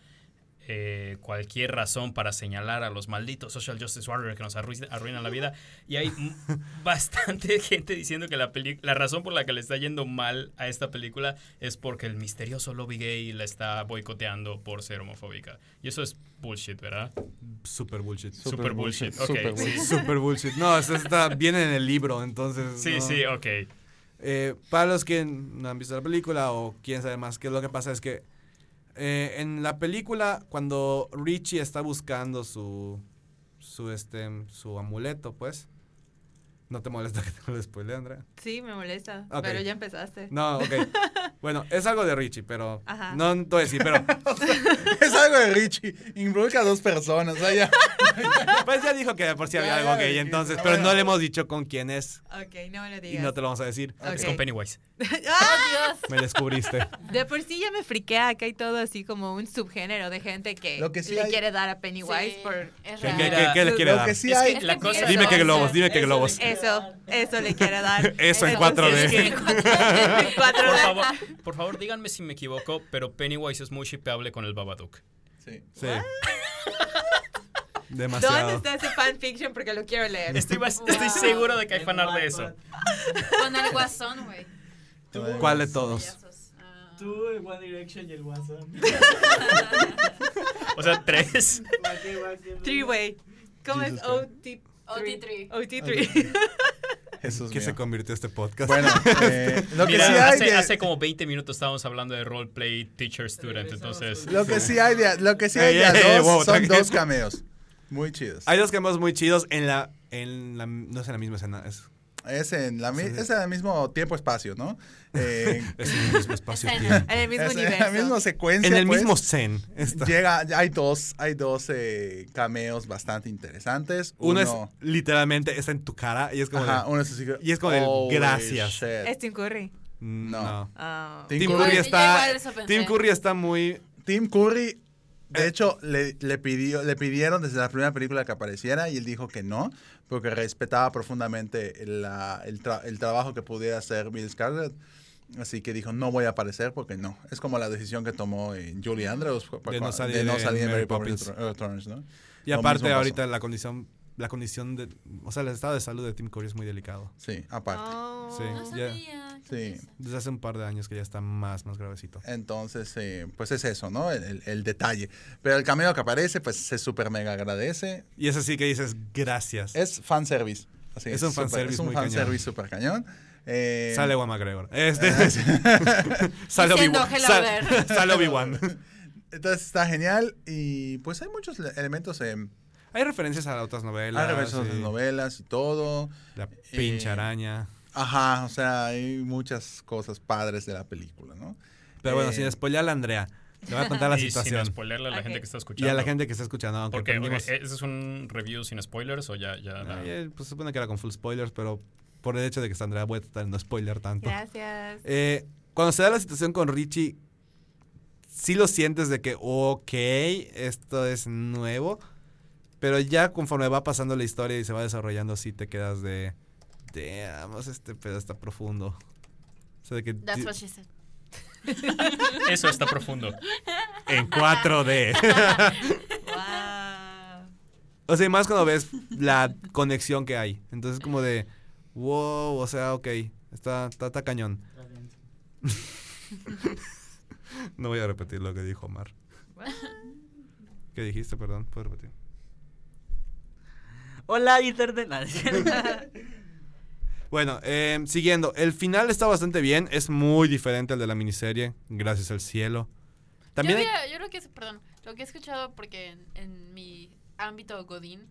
S3: eh, cualquier razón para señalar a los malditos social justice warriors que nos arruis- arruinan la vida. Y hay m- bastante gente diciendo que la, peli- la razón por la que le está yendo mal a esta película es porque el misterioso lobby gay la está boicoteando por ser homofóbica. Y eso es bullshit, ¿verdad?
S2: Super bullshit.
S5: Super
S3: Super bullshit.
S5: bullshit, super
S3: ok, sí.
S5: bullshit.
S2: Super bullshit. No, eso está bien en el libro, entonces.
S3: Sí,
S2: no.
S3: sí, ok.
S2: Eh, para los que no han visto la película o quieren saber más, que lo que pasa es que eh, en la película, cuando Richie está buscando su, su, este, su amuleto, pues. No te molesta que te lo spoile, Andrea.
S6: Sí, me molesta,
S2: Ok.
S6: pero ya empezaste.
S2: No, ok. Bueno, es algo de Richie, pero.
S6: Ajá.
S2: No, no te voy a decir, pero.
S5: Es algo de Richie, involucra a dos personas, o sea, ya.
S2: Pues ya dijo que de por si había
S5: Ya,
S2: algo
S5: ya,
S2: gay,
S5: ya,
S2: entonces,
S5: ya,
S2: pero
S5: ya.
S2: no le hemos dicho con quién es
S6: Ok, no me lo
S2: y
S6: digas.
S2: no te lo vamos a decir.
S6: Ok.
S3: Es con Pennywise.
S6: ¡Ah,
S2: Me descubriste.
S6: Dios! De por sí ya me friquea que hay todo así como un subgénero de gente que,
S5: Lo que sí
S6: le
S5: hay-
S6: quiere dar a Pennywise
S4: Sí,
S6: por...
S4: es
S2: ¿Qué,
S4: real.
S2: qué- qué- qué le quiere
S5: Lo
S2: dar?
S5: que sí
S3: Es
S5: hay
S3: que la cosa
S6: Eso.
S2: Dime que
S6: Eso.
S2: globos, dime que
S7: Eso.
S2: globos.
S6: Eso, eso le quiere dar.
S2: Eso en
S6: Entonces,
S2: 4D.
S6: es que-
S3: Es
S6: en 4D.
S3: Por favor, por favor, díganme si me equivoco, pero Pennywise es muy shipeable con el Babadook.
S5: Sí.
S2: Sí.
S6: ¿Dónde
S2: Demasiado.
S6: está ese fanfiction? Porque lo quiero leer.
S3: Estoy, bas- estoy seguro de que hay fanar de eso.
S4: Con el guasón, güey.
S2: ¿Cuál de todos?
S4: Payasos. Ah.
S7: Tú, el One Direction y el Guasón.
S3: O sea, tres.
S6: Three-way. ¿Cómo es?
S5: Jesus
S6: OT3.
S4: OT3.
S6: OT3
S5: Jesús
S2: Que se
S5: mío.
S2: convirtió este podcast.
S5: Bueno, eh, lo que
S3: Mira,
S5: sí hay
S3: hace,
S5: de-
S3: hace como 20 minutos estábamos hablando de roleplay teacher-student, entonces...
S5: Lo que sí hay de, lo que sí hay de
S2: Ey,
S5: a
S2: ey,
S5: dos
S2: wow,
S5: son
S2: tranquilo.
S5: dos cameos. Muy chidos.
S2: Hay dos cambios muy chidos en la, en la. No es en la misma escena, es,
S5: Es en, la, mi-
S2: Sí.
S5: es en el mismo tiempo-espacio, ¿no? Eh,
S2: es en el mismo espacio.
S4: Escena.
S2: tiempo.
S6: En el mismo
S5: es en la
S6: universo.
S5: misma secuencia.
S2: En el
S5: pues,
S2: mismo zen. está.
S5: Llega, hay dos, hay dos eh, cameos bastante interesantes.
S2: Uno, es literalmente está en tu cara y es como.
S5: Ajá,
S2: de,
S5: uno es así.
S2: y es como del
S5: "Holy
S2: gracias".
S5: shit.
S6: Es Tim Curry.
S2: mm,
S5: No.
S2: no.
S6: Ah.
S5: Tim
S2: Tim
S5: Curry-
S2: Curry
S4: Yo
S2: está.
S4: igual eso pensé.
S2: Tim Curry está muy.
S5: Tim Curry, de hecho, le, le pidió, le pidieron desde la primera película que apareciera y él dijo que no, porque respetaba profundamente la- el, tra- el trabajo que pudiera hacer Bill Scarlett. Así que dijo, no voy a aparecer porque no. Es como la decisión que tomó eh, Julie Andrews cu- cu-
S2: De no
S5: cu-
S2: salir
S5: de no
S2: en
S5: salir en
S2: Mary
S5: Mary Poppins
S2: Poppins.
S5: Re- Returns, ¿no?
S2: Y
S5: Lo
S2: aparte
S5: mismo
S2: ahorita
S5: pasó.
S2: la condición, la condición de, o sea, el estado de salud de Tim Curry es muy delicado.
S5: Sí, aparte.
S6: Oh,
S2: Sí,
S4: Oh, No
S2: ya.
S4: sabía.
S5: Sí.
S2: Desde hace un par de años que ya está más, más gravecito.
S5: Entonces, eh, pues es eso, ¿no? El, el- el detalle. Pero el cameo que aparece, pues se super mega agradece.
S2: Y es así que dices, gracias.
S5: Es fanservice. Así,
S2: Es un
S5: súper-
S2: fanservice
S5: Es un
S2: muy cañón.
S5: fanservice super cañón. Eh,
S2: Sale Wama Gregor. Este,
S5: eh,
S2: sale
S4: Diciendo
S2: Obi-Wan.
S4: hello
S2: sal-
S4: there.
S2: sale Obi-Wan.
S5: Entonces está genial y pues hay muchos le- elementos en
S2: Hay referencias a otras novelas.
S5: hay reversos de
S2: y
S5: novelas y todo.
S2: La pinche
S5: Eh,
S2: araña.
S5: Ajá, o sea, hay muchas cosas padres de la película, ¿no?
S2: Pero bueno,
S5: eh,
S2: sin spoilearle a Andrea, le voy a contar la
S3: y sin
S2: situación.
S3: spoilerle a la
S6: Ok.
S3: gente que está escuchando.
S2: y a la gente que está escuchando, aunque
S3: Porque ok,
S2: aprendimos-
S3: ese es un review sin spoilers o ya. ya la-
S2: Ah, ya, pues se supone que era con full spoilers, pero por el hecho de que está Andrea voy a tratar de no spoiler tanto.
S4: Gracias.
S2: Eh, cuando se da la situación con Richie, sí lo sientes de que, ok, esto es nuevo, pero ya conforme va pasando la historia y se va desarrollando, sí te quedas de, digamos, este pedo está profundo. O sea, de que
S4: That's
S2: di-
S4: what she said.
S3: Eso está profundo.
S2: en 4D.
S6: Wow.
S2: o sea, y más cuando ves la conexión que hay. Entonces, como de, wow, o sea, ok, está, está, está cañón. No voy a repetir lo que dijo Omar. ¿Qué dijiste, perdón? ¿Puedo repetir?
S7: Hola, internet. Nada, es cierto.
S2: Bueno, eh, siguiendo. El final está bastante bien. Es muy diferente al de la miniserie. Gracias al cielo. También
S4: yo,
S2: hay-
S4: había- yo lo que, perdón, lo que he escuchado, porque en, en mi ámbito Godín,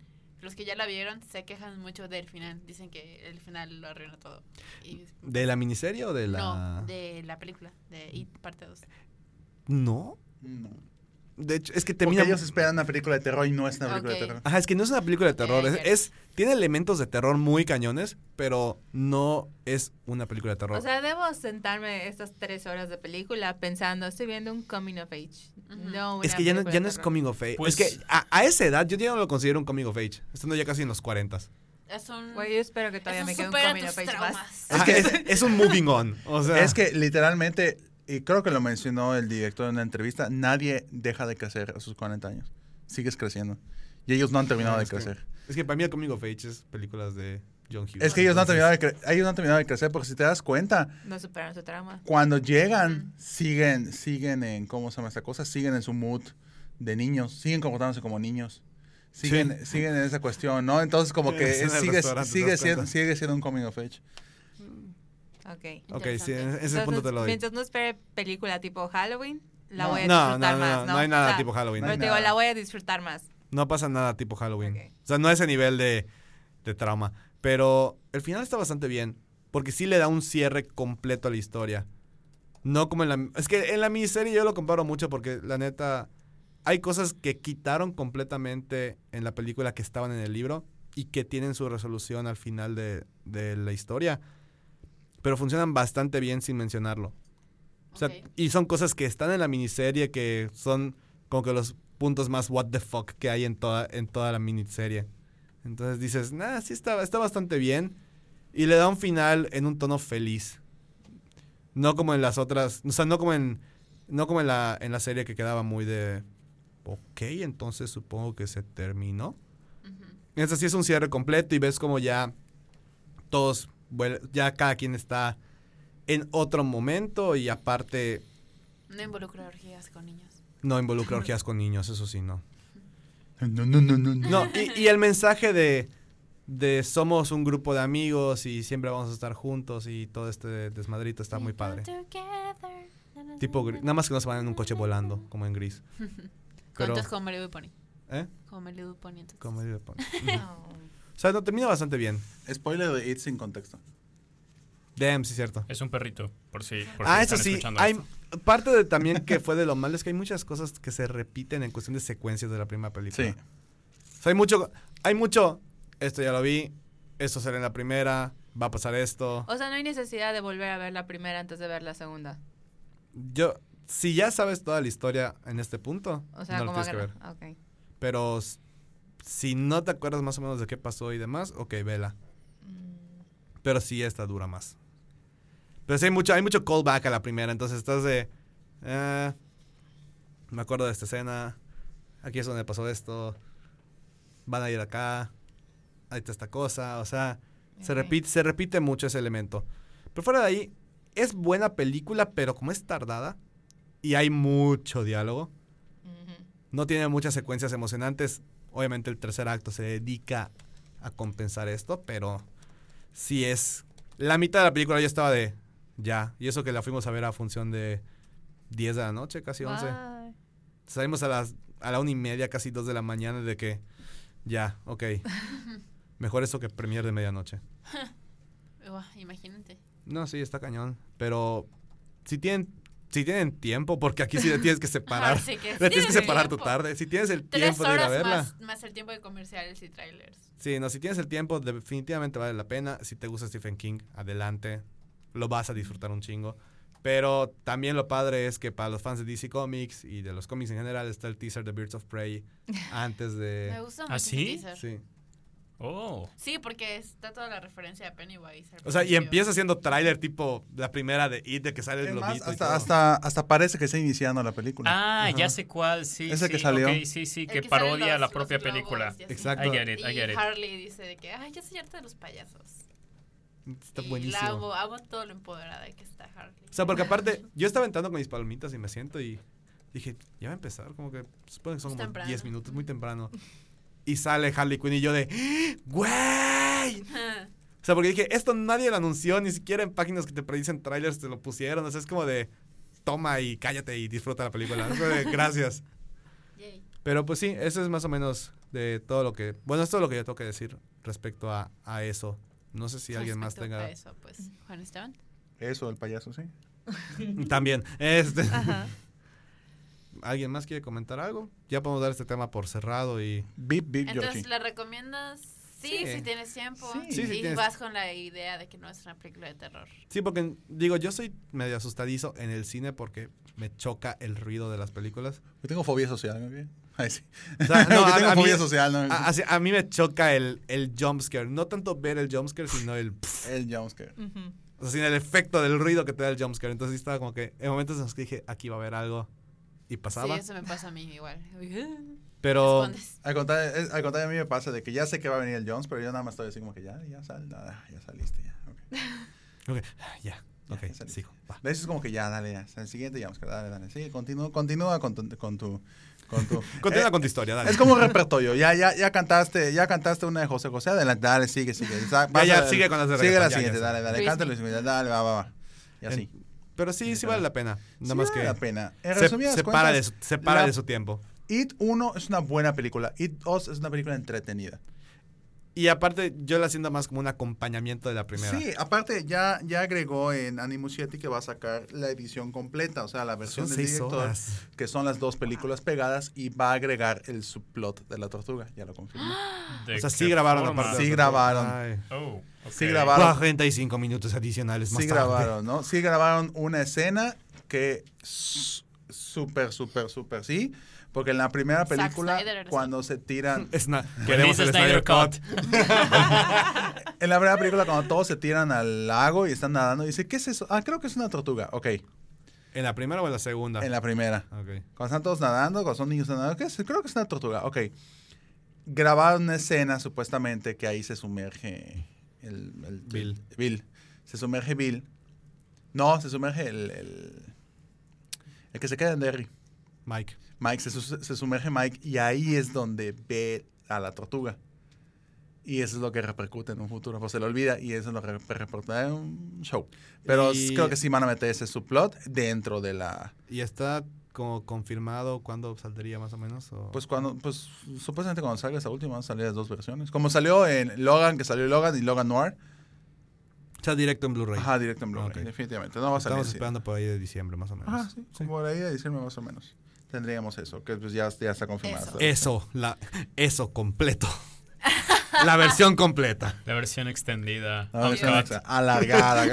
S4: los que ya la vieron se quejan mucho del final. Dicen que el final lo arruina todo. Y-
S2: ¿De la miniserie o de la...?
S4: No, de la película, de It parte 2.
S2: No.
S5: No.
S2: De hecho, es que
S5: Porque
S2: termina...
S5: ellos esperan una película de terror y no es una película
S4: Ok.
S5: de terror.
S2: Ajá, es que no es una película de terror.
S4: Eh,
S2: es,
S4: cierto.
S2: es- Tiene elementos de terror muy cañones, pero no es una película de terror.
S6: O sea, debo sentarme estas tres horas de película pensando, estoy viendo un coming of age. No, una
S2: es que ya no, ya
S6: película de
S2: no es
S6: terror.
S2: coming of age.
S3: Pues-
S2: es que a, a esa edad yo ya no lo considero un coming of age. Estando ya casi en los 40.
S4: Es un.
S6: Güey, yo espero que todavía
S4: es un
S6: me quede un
S4: supera
S6: coming
S4: tus
S6: of age más.
S4: traumas.
S2: Ajá, Ah, es, es un moving on. O sea,
S5: Es que literalmente, y creo que lo mencionó el director en una entrevista, nadie deja de crecer a sus 40 años. Sigues creciendo. Y ellos no han terminado
S2: Ah,
S5: de
S2: es que-
S5: crecer.
S2: Es que para mí el coming of age es películas de John Hughes.
S5: Es que ellos no, han
S2: Entonces,
S5: terminado de cre- ellos no han terminado de crecer porque si te das cuenta,
S6: No superaron su trauma.
S5: cuando llegan,
S4: Ujú.
S5: siguen, siguen en, ¿cómo se llama esta cosa? Siguen en su mood de niños, siguen comportándose como niños. Siguen, siguen en esa cuestión, ¿no? Entonces como que
S2: En el
S5: sigue,
S2: restaurante, ¿te
S5: sigue,
S2: das
S5: siendo,
S2: cuenta?
S5: sigue siendo un coming of age.
S6: Ok.
S2: Ok, sí, en ese
S6: Entonces,
S2: punto te lo doy.
S6: Mientras no espere película tipo Halloween, la
S5: No.
S6: voy a
S2: No, no,
S6: disfrutar
S2: no,
S6: más,
S2: no,
S6: ¿no?
S2: no hay nada
S6: O sea,
S2: tipo Halloween.
S5: No
S6: Pero
S5: hay
S6: te digo,
S5: nada.
S6: la voy a disfrutar más.
S2: No pasa nada tipo Halloween.
S6: Ok.
S2: O sea, no a ese nivel de, de trauma. Pero el final está bastante bien. Porque sí le da un cierre completo a la historia. No como en la... Es que en la miniserie yo lo comparo mucho porque la neta... Hay cosas que quitaron completamente en la película que estaban en el libro y que tienen su resolución al final de, de la historia. Pero funcionan bastante bien sin mencionarlo. O sea,
S4: Ok.
S2: y son cosas que están en la miniserie que son como que los puntos más what the fuck que hay en toda, en toda la miniserie. Entonces dices, nah, sí está, está bastante bien. Y le da un final en un tono feliz. No como en las otras, o sea, no como en, no como en la, en la serie que quedaba muy de, ok, entonces supongo que se terminó.
S4: Ujú.
S2: Esta sí es un cierre completo y ves como ya todos, vuel- ya cada quien está en otro momento y aparte
S4: No involucra orgías con niños.
S2: no involucra orgías con niños, eso sí, no.
S5: No, no, no, no.
S2: No, y, y el mensaje de, de somos un grupo de amigos y siempre vamos a estar juntos y todo este desmadrito está muy padre. Tipo, gri- nada más que no se van en un coche volando, como en gris. Pero-
S4: Cuentas con My Little Pony.
S2: ¿Eh?
S4: Con My Little Pony. entonces.
S2: Como el- o
S6: No.
S2: sea, no, termina bastante bien.
S5: Spoiler de It sin contexto.
S2: Damn, sí, cierto.
S3: Es un perrito, por si. por si
S2: Ah, eso
S3: están
S2: sí.
S3: escuchando
S2: Hay,
S3: esto.
S2: parte de también que fue de lo malo es que hay muchas cosas que se repiten en cuestión de secuencias de la primera película.
S5: Sí.
S2: O sea, hay mucho, hay mucho, esto ya lo vi, esto será en la primera, va a pasar esto.
S6: O sea, no hay necesidad de volver a ver la primera antes de ver la segunda.
S2: Yo, si ya sabes toda la historia en este punto,
S6: O sea,
S2: no lo
S6: como
S2: tienes que ver.
S6: no. Ok.
S2: Pero s- si no te acuerdas más o menos de qué pasó y demás, ok, vela.
S6: Mm,
S2: Pero sí, esta dura más. Pero sí hay mucho, hay mucho callback a la primera. Entonces estás de. eh, me acuerdo de esta escena. Aquí es donde pasó esto. Van a ir acá. Ahí está esta cosa. O sea, se,
S4: Ok.
S2: repite, se repite mucho ese elemento. Pero fuera de ahí, es buena película, pero como es tardada y hay mucho diálogo,
S4: Ujú.
S2: no tiene muchas secuencias emocionantes. Obviamente el tercer acto se dedica a compensar esto, pero sí es... La mitad de la película yo estaba de... Ya. Y eso que la fuimos a ver a función de 10 de la noche, casi 11.
S4: Bye.
S2: Salimos a las a la una y media, casi 2 de la mañana de que... Ya, ok. Mejor eso que premier de medianoche.
S4: Uah, imagínate.
S2: No, sí, está cañón. Pero si tienen, si tienen tiempo, porque aquí sí le tienes que separar.
S4: sí que
S2: le tienes que
S4: tienes
S2: separar tu
S4: tiempo.
S2: tarde. Si tienes el
S4: Tres
S2: tiempo de ir a
S4: horas
S2: verla.
S4: más, más el tiempo de comerciales y trailers.
S2: Sí, no, si tienes el tiempo, definitivamente vale la pena. Si te gusta Stephen King, adelante. Lo vas a disfrutar un chingo. Pero también lo padre es que para los fans de DC Comics y de los cómics en general está el teaser de Birds of Prey antes
S4: Me
S2: de...
S4: gusta mucho
S3: ¿Ah,
S4: ese
S3: sí?
S4: teaser.
S2: Sí.
S3: Oh.
S4: Sí, porque está toda la referencia de Pennywise. al
S2: O sea, y
S4: principio.
S2: empieza siendo tráiler tipo la primera de It, de que sale
S5: Es
S2: el
S5: más,
S2: globito. y
S5: hasta,
S2: todo.
S5: hasta, hasta parece que está iniciando la película.
S3: Ah,
S2: Ajá.
S3: ya sé cuál, sí.
S5: Ese
S3: sí,
S5: que salió.
S3: ok, sí, sí,
S4: El
S3: que,
S4: salen
S3: parodia
S4: los-
S3: la
S4: los
S3: propia
S4: globos
S3: película.
S4: y así.
S2: Exacto.
S3: I get it, I
S4: Y
S3: get it.
S4: Harley dice de que, ay, ya soy harta de los payasos.
S2: Está
S4: y
S2: buenísimo.
S4: la amo, amo todo lo empoderada que está Harley.
S2: O sea, porque aparte, yo estaba entrando con mis palomitas y me siento y dije, ya va a empezar, como que supongo que son
S4: Es
S2: como
S4: temprano.
S2: 10 minutos, muy temprano. Y sale Harley Quinn y yo de, ¡Ah! ¡güey! O sea, porque dije, esto nadie lo anunció, ni siquiera en páginas que te predicen trailers te lo pusieron. O sea, es como de, toma y cállate y disfruta la película. Es como de, Gracias.
S4: Yay.
S2: Pero pues sí, eso es más o menos de todo lo que, bueno, es todo lo que yo tengo que decir respecto a, a eso. No sé si alguien más
S4: Respecto a
S2: tenga...
S4: eso, pues, Juan Esteban.
S5: Eso, el payaso, sí.
S2: También. Este.
S6: Ajá.
S2: ¿Alguien más quiere comentar algo? Ya podemos dar este tema por cerrado y...
S5: Bip, bip, Yoshi.
S4: Entonces, ¿la recomiendas? Sí,
S2: Sí.
S4: si tienes tiempo.
S5: Sí.
S2: Sí,
S4: y
S2: si tienes-
S4: vas con la idea de que no es una película de terror.
S2: Sí, porque digo, yo soy medio asustadizo en el cine porque me choca el ruido de las películas.
S5: Yo tengo fobia social, ¿no? ¿Qué? Ay, sí.
S2: O sea, no,
S5: Yo
S2: a-
S5: tengo
S2: a mí-
S5: fobia social, ¿no?
S2: A, así- a mí me choca el, el jumpscare. No tanto ver el jumpscare, sino el... pf,
S5: El jumpscare.
S6: Ujú.
S2: o sea, sino el efecto del ruido que te da el jumpscare. Entonces sí estaba como que... En momentos en los que dije, aquí va a haber algo. Y pasaba.
S4: Sí, eso me pasa a mí igual.
S2: pero...
S4: Respondes.
S5: Al contrario, es- al contrario, a mí me pasa de que ya sé que va a venir el Jones, pero yo nada más estoy así como que ya, ya sal, nada, ya saliste, ya. ok.
S2: ok, "Ah, ya. Ok,
S5: ya salí.
S2: sigo. va.
S5: De hecho es como que ya, dale, ya. El siguiente jumpscare, dale, dale. Sí, continúa, continúa con tu, con tu, con tu.
S2: Continúa
S5: Eh,
S2: con tu historia, dale.
S5: Es como un repertorio, ya, ya, ya cantaste, ya cantaste una de José José, adelante, dale, sigue, sigue. Sa-
S2: Ya, ya,
S5: pasa-
S2: sigue con las de
S5: Sigue
S2: reggaetón,
S5: la
S2: ya,
S5: siguiente,
S2: ya,
S5: dale, dale,
S4: Luis
S5: cántale,
S4: Miguel.
S5: Luis Miguel, dale, va, va, va. Y así.
S2: En- Pero sí, sí
S5: Sí,
S2: vale
S5: claro.
S2: la pena. Nada
S5: Sí
S2: más
S5: vale
S2: que...
S5: la pena. En
S2: se-
S5: resumidas
S2: separa de
S5: cuentas,
S2: su, separa
S5: la-
S2: de su tiempo.
S5: It 1 es una buena película, It 2 es una película entretenida.
S2: Y aparte, yo la siento más como un acompañamiento de la primera.
S5: Sí, aparte ya, ya agregó en Animus 7 que va a sacar la edición completa, o sea, la versión
S2: Son
S5: del
S2: seis
S5: director,
S2: horas.
S5: que son las dos películas pegadas y va a agregar el subplot de la tortuga, ya lo confirmé.
S3: ¿De
S2: O sea, sí
S3: qué
S2: grabaron
S3: forma?
S2: aparte.
S5: Sí grabaron.
S2: Ay.
S3: Oh, ok.
S5: Sí grabaron.
S2: 45 minutos adicionales más
S5: Sí
S2: tarde.
S5: grabaron, ¿no? Sí grabaron una escena que s- súper, súper, súper sí, porque en la primera
S4: Zack
S5: película,
S4: Snyder, sí.
S5: cuando se tiran,
S2: Es na-
S3: Release
S2: queremos el Snyder Cut.
S5: en la primera película cuando todos se tiran al lago y están nadando, y dice, ¿qué es eso? Ah, creo que es una tortuga, ok,
S2: ¿En la primera o en la segunda?
S5: en la primera.
S2: Ok.
S5: Cuando están todos nadando, cuando son niños nadando, ¿qué es? creo que es una tortuga. Ok. Grabaron una escena, supuestamente, que ahí se sumerge el, el-
S2: Bill.
S5: el- Bill. Se sumerge Bill. No, se sumerge el. El, el que se queda en Derry.
S2: Mike.
S5: Mike, se, su- se sumerge Mike y ahí es donde ve a la tortuga. Y eso es lo que repercute en un futuro, pues se le olvida y eso es lo que re- repercute en un show. Pero
S2: Y-
S5: creo que sí van a meter ese subplot dentro de la...
S2: ¿Y está como confirmado cuándo saldría más o menos? o-
S5: Pues cuando, pues supuestamente cuando salga esa última van a salir las dos versiones. Como salió en Logan, que salió Logan y Logan Noir.
S2: está directo en Blu-ray.
S5: Ajá, directo en Blu-ray,
S2: Ok.
S5: definitivamente. No va a salir.
S2: Estamos
S5: así.
S2: esperando por ahí de diciembre más o menos.
S5: Ajá, sí, como por ahí de diciembre más o menos. Tendríamos eso, que pues ya, ya está confirmado.
S4: Eso.
S2: Eso, la, eso completo. la versión completa.
S3: La
S2: Oh,
S3: versión extendida. Oh,
S5: Ah, No,
S3: Uncut.
S5: esa- esa alargada.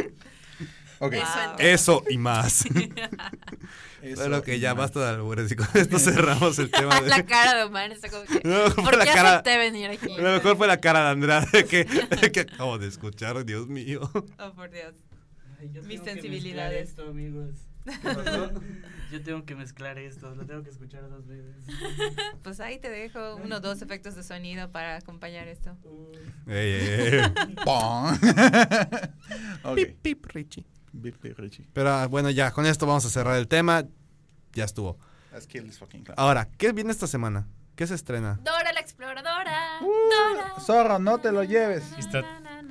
S4: Wow.
S5: Ok.
S4: Eso
S6: Wow.
S4: entiendo.
S2: Eso y más.
S5: Eso
S2: Claro que
S5: y
S2: ya
S5: más.
S2: basta de albures y con esto cerramos el tema de...
S4: La cara de Omar está como que.
S2: No, fue
S4: ¿Por
S2: la
S4: qué
S2: cara-
S4: acepté venir aquí?
S2: A lo mejor fue la cara de Andrade que, que acabo de escuchar, Dios mío.
S6: Oh, por Dios.
S7: Ay, yo
S6: Mis
S7: tengo que
S6: sensibilidades.
S7: mezclar esto, amigos. Yo tengo que mezclar esto, lo tengo que escuchar dos veces.
S6: Pues ahí te dejo uno o dos efectos de sonido para acompañar esto.
S7: Uy.
S2: Ey, ey, ey.
S5: Pong. ok.
S2: Pip, pip, Richie.
S5: Bip, bip, Richie.
S2: Pero ah, bueno, ya, con esto vamos a cerrar el tema. Ya estuvo.
S5: Let's kill this fucking clown.
S2: Ahora, ¿qué viene esta semana? ¿Qué se estrena?
S4: Dora la exploradora. Dora.
S5: Zorro, Uh, no te lo lleves.
S3: Está-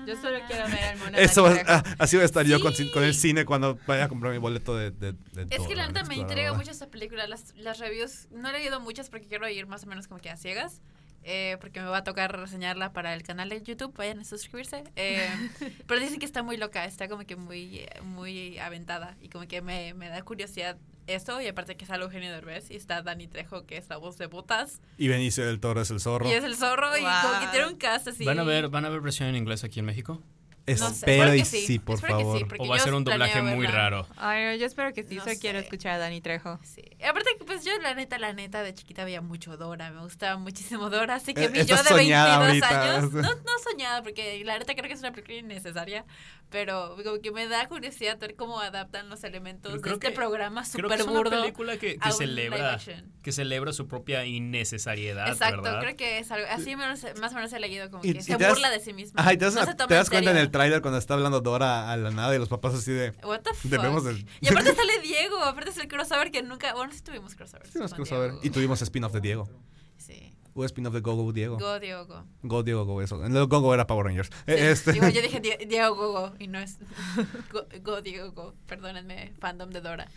S6: Yo solo quiero ver al mono.
S2: Eso,
S6: naranjo.
S2: ah, así voy a estar yo con,
S4: Sí.
S2: con el cine cuando vaya a comprar mi boleto de... de, de
S4: Es
S2: todo,
S4: que la neta me
S2: exploradora.
S4: intriga mucho esta película. Las, las reviews, no he leído muchas porque quiero ir más o menos como que a ciegas. eh, porque me va a tocar reseñarla para el canal de YouTube. Vayan a suscribirse. eh, pero dicen que está muy loca, está como que muy, eh, muy aventada. Y como que me, me da curiosidad eso. Y aparte que sale Eugenio Derbez y está Dani Trejo, que es la voz de Botas.
S2: Y Benicio del Toro es el zorro.
S4: Y es el zorro. Y como que
S6: Wow.
S4: tiene un cast así.
S3: ¿Van, a ver, ¿Van a ver versión en inglés aquí en México?
S4: No sé,
S2: Espero
S4: espero
S2: y
S4: que
S2: sí,
S4: sí,
S2: por
S4: espero que sí,
S2: favor.
S4: porque-
S3: ¿O va a
S4: yo
S3: ser un
S4: planeo
S3: doblaje muy
S4: verla.
S3: raro?
S2: ah.
S6: Ay, no, yo espero que sí.
S4: No
S6: solo quiero
S4: sé.
S6: escuchar a Dani Trejo.
S4: Sí. Aparte que pues yo la neta, la neta de chiquita veía mucho Dora, me gustaba muchísimo Dora, así que
S2: Eh,
S4: mi yo
S2: estás
S4: de 22
S2: soñada ahorita.
S4: años, no, no soñada porque la neta creo que es una película innecesaria, pero como que me da curiosidad ver cómo adaptan los elementos
S3: Pero
S4: de
S3: creo
S4: este
S3: que-
S4: programa
S3: Creo que
S4: súper
S3: es una
S4: burdo.
S3: película que,
S4: a
S3: que
S4: un live
S3: celebra,
S4: action.
S3: que celebra su propia innecesariedad,
S4: Exacto,
S3: ¿verdad?
S4: creo que es algo, así menos- más o menos he leído como
S2: Y-
S4: que
S2: y
S4: se
S2: te das-
S4: burla de sí misma.
S2: Ajá, y te das,
S4: no
S2: a-
S4: se toma
S2: te das cuenta en
S4: serio.
S2: el tráiler cuando está hablando Dora a la nada y los papás así de...
S4: What the fuck?
S2: Debemos de-
S4: Y aparte sale Diego, aparte es el crossover que nunca, bueno, sí tuvimos crossover.
S2: Sí, nos quiero saber. Y tuvimos spin-off de Diego.
S4: Sí.
S2: Hubo spin-off de Gogo Diego.
S4: Go Diego. go.
S2: Go Diego Go, eso. No, Gogo era Power Rangers. Eh,
S4: Sí,
S2: este-
S4: digo, yo dije Die- Diego Gogo y no es Go, Go Diego Go. Perdónenme, fandom de Dora.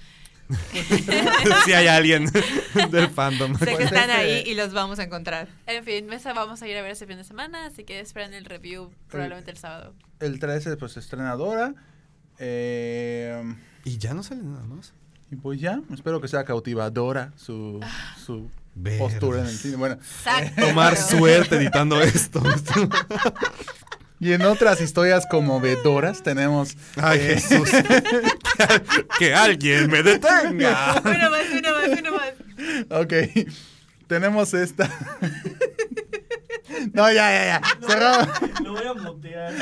S2: si hay alguien del fandom.
S6: Sé que
S5: Pues
S6: están
S5: este-
S6: ahí y los vamos a encontrar.
S4: En fin, esa vamos a ir a ver ese fin de semana, así que esperen el review probablemente el sábado.
S5: El 13, pues, estrenadora. Eh,
S2: Y ya no sale nada más.
S5: y pues ya, espero que sea cautivadora su, su
S2: Ver.
S5: postura en el cine. Bueno,
S4: Exacto.
S5: Eh,
S2: Tomar suerte editando esto.
S5: y en otras historias conmovedoras tenemos...
S2: Ay,
S5: eh,
S2: Jesús. que alguien me detenga.
S6: Uno más, uno más, uno más.
S5: Ok. Tenemos esta. no, ya, ya, ya. Cerrado.
S7: Lo voy a mutear.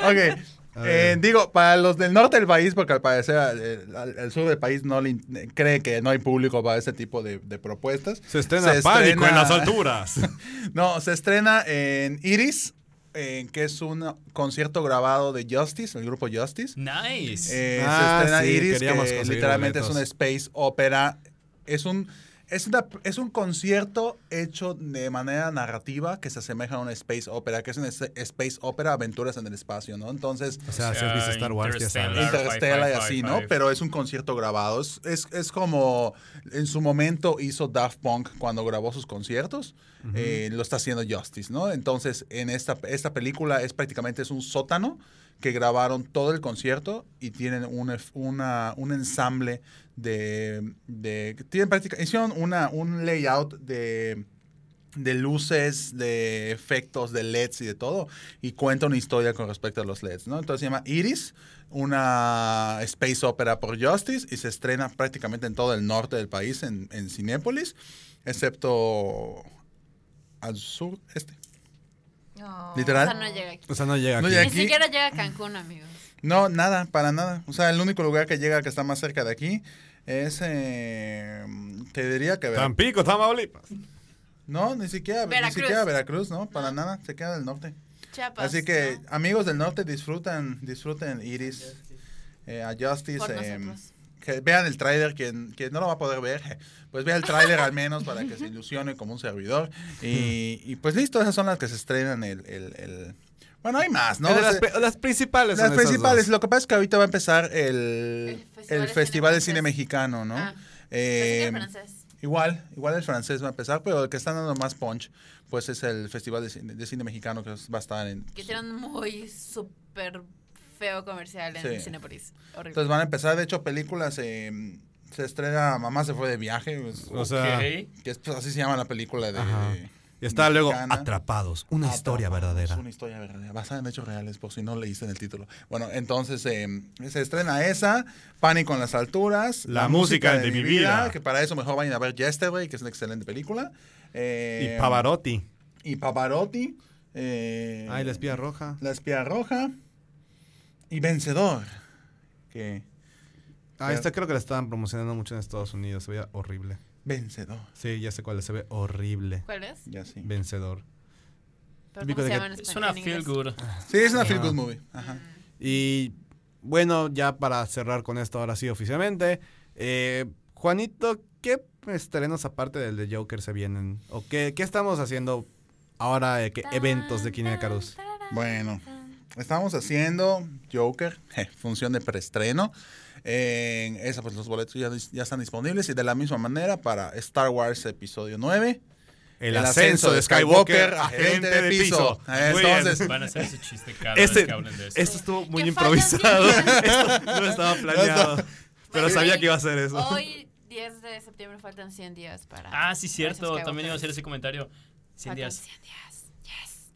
S5: Ok.
S2: A
S5: Eh,
S2: ver.
S5: digo, para los del norte del país, porque al parecer al- al al- al sur del país no le in- eh, cree que no hay público para este tipo de, de propuestas.
S2: Se estrena pánico en las alturas.
S5: No, se estrena en Iris, eh, que es un concierto grabado de Justice, el grupo Justice.
S3: Nice.
S5: Eh,
S2: Ah,
S5: se estrena
S2: sí,
S5: Iris,
S2: queríamos
S5: que
S2: conseguir
S5: literalmente es
S2: boletos.
S5: una space opera. Es un, es, una- es un concierto hecho de manera narrativa que se asemeja a una space opera, que es una es- space opera aventuras en el espacio, ¿no? Entonces,
S2: O sea, si has visto Star Wars, ya sabes.
S3: Interstellar.
S5: Interstellar y
S3: five,
S5: así,
S3: five,
S5: ¿no?
S3: five.
S5: Pero es un concierto grabado. Es, es, es como en su momento hizo Daft Punk cuando grabó sus conciertos. Eh, lo está haciendo Justice, ¿no? Entonces, en esta, esta película es prácticamente es un sótano que grabaron todo el concierto y tienen un, ef- una, un ensamble de, de... Tienen práctica, hicieron una, un layout de de luces, de efectos, de LEDs y de todo, y cuenta una historia con respecto a los LEDs, ¿no? Entonces se llama Iris, una space opera por Justice, y se estrena prácticamente en todo el norte del país, en, en Cinépolis, excepto al sur, este.
S4: O sea,
S5: Literal.
S4: no llega aquí.
S2: O sea, no llega
S5: No
S2: aquí.
S5: llega
S4: Ni
S5: aquí-
S4: siquiera llega a Cancún, amigos.
S5: No, nada, para nada. O sea, el único lugar que llega que está más cerca de aquí es, eh, te diría que... Veracruz.
S2: Tampico, Tamaulipas.
S5: No, ni siquiera,
S4: Veracruz.
S5: ni siquiera Veracruz, ¿no? Para
S4: No.
S5: nada, se queda del norte.
S4: Chiapas.
S5: Así que
S4: ¿no?
S5: amigos del norte disfrutan, disfruten Iris, eh, a Justice,
S4: Por
S5: eh,
S4: nosotros.
S5: que vean el tráiler, quien, quien no lo va a poder ver, pues vea el tráiler al menos para que se ilusione como un servidor. Y, y pues listo, esas son las que se estrenan el... el- el- Bueno, hay más, ¿no?
S2: Eh, de las,
S5: Se-
S2: pe- las principales.
S5: las
S2: son esas
S5: principales,
S2: dos.
S5: lo que pasa es que ahorita va a empezar el,
S4: El Festival de Cine
S5: el Festival de Cine
S4: Francés.
S5: Mexicano, ¿no?
S4: Ah, Así
S5: Eh,
S4: que francés.
S5: Igual, igual el francés va a empezar, pero el que está dando más punch, pues es el Festival de Cine, de Cine Mexicano que va a estar en...
S4: Que tienen un muy súper feo comercial en
S5: Sí.
S4: Cinepolis. Horrible.
S5: Entonces van a empezar, de hecho, películas, eh, se estrena Mamá se fue de viaje, pues,
S2: O sea,
S3: Ok.
S5: que es, pues, así se llama la película de,
S2: Ajá.
S5: de-
S2: Y está luego
S5: mexicana.
S2: Atrapados, una historia
S5: Atrapados,
S2: verdadera.
S5: Ah, Una historia verdadera, basada en hechos reales, por si no leíste en el título. Bueno, entonces eh, se estrena esa, Pánico en las alturas,
S2: La música de mi vida.
S5: que para eso mejor vayan a ver Yesterday, que es una excelente película. eh,
S2: Y Pavarotti.
S5: Y Pavarotti. eh,
S2: Ay, la espía roja.
S5: La espía roja. Y Vencedor, que...
S2: Ah, esta creo que la estaban promocionando mucho en Estados Unidos. Se veía horrible.
S5: Vencedor,
S2: Sí, ya sé cuál es, se ve horrible.
S4: ¿Cuál es?
S5: ya sí.
S2: Vencedor.
S4: ¿Pero ¿Cómo se
S2: Típico de que-
S4: llama en
S3: Es
S4: español,
S3: una
S4: en
S3: feel
S4: inglés?
S3: good.
S5: Sí, es una
S2: Ah.
S5: feel good movie. Ajá.
S2: Y bueno, ya para cerrar con esto ahora sí oficialmente. eh, Juanito, ¿qué estrenos aparte del de Joker se vienen? ¿O qué, qué estamos haciendo ahora? eh, ¿Qué eventos de Kine Carus?
S5: Bueno, estamos haciendo Joker, je, función de preestreno. En esa, pues los boletos ya, dis- ya están disponibles. Y de la misma manera para Star Wars Episodio 9.
S2: El, ascenso, de Skywalker, a gente de piso.
S3: Muy bien,
S5: Entonces,
S3: van a hacer ese chiste cada
S2: Este-
S3: vez que hablen de eso.
S2: Esto estuvo muy
S4: ¿Qué
S2: improvisado.
S4: falta
S2: Esto no estaba planeado. Pero
S4: Bueno,
S2: sabía
S4: hoy-
S2: que iba a ser eso.
S4: Hoy, 10 de septiembre, faltan 100 días para.
S3: Ah, sí,
S4: para
S3: cierto.
S4: Skywalker.
S3: También iba a hacer ese comentario. 100
S4: Faltan
S3: días.
S4: 100 días. Yes.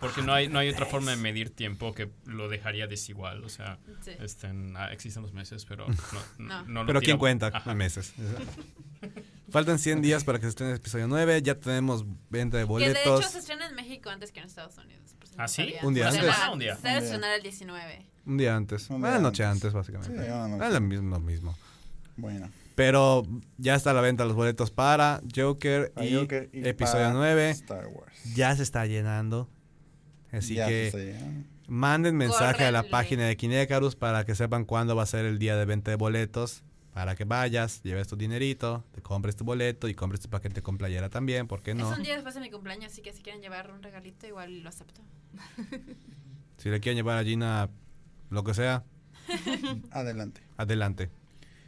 S3: Porque no hay, no hay otra forma de medir tiempo que lo dejaría desigual. O sea,
S4: Sí.
S3: este, n- ah, existen los meses, pero no,
S4: No.
S3: no. no lo
S2: Pero ¿quién
S3: tira-
S2: cuenta?
S3: Ajá.
S2: A meses. Faltan 100 días para que se estrene el episodio 9. Ya tenemos venta de
S4: Que de hecho se
S2: boletos.
S4: estrena en México antes que en Estados Unidos. por si
S3: ¿Ah,
S4: no
S3: sí?
S4: sabían.
S2: Un día
S4: O sea,
S2: antes.
S4: la-
S3: Un día.
S4: Se va a
S5: Un día.
S4: estrenar el 19.
S2: Un día antes.
S5: Un día
S2: Una noche antes,
S5: antes.
S2: básicamente.
S5: Sí, una noche.
S2: Es lo mismo, lo mismo.
S5: bueno,
S2: Pero ya está a la venta los boletos para Joker
S5: para
S2: y
S5: Joker y
S2: episodio
S5: para
S2: 9.
S5: Star Wars.
S2: Ya se está llenando. Así
S5: Ya
S2: que
S5: está llegando.
S2: manden mensaje a la
S4: Córrenle.
S2: página de Kinecarus para que sepan cuándo va a ser el día de venta de boletos. Para que vayas, lleves tu dinerito, te compres tu boleto y compres tu paquete con playera también, ¿por qué no?
S4: Es un día después de mi cumpleaños, así que si quieren llevar un regalito, igual lo acepto.
S2: Si le quieren llevar a Gina lo que sea,
S5: Adelante.
S2: adelante.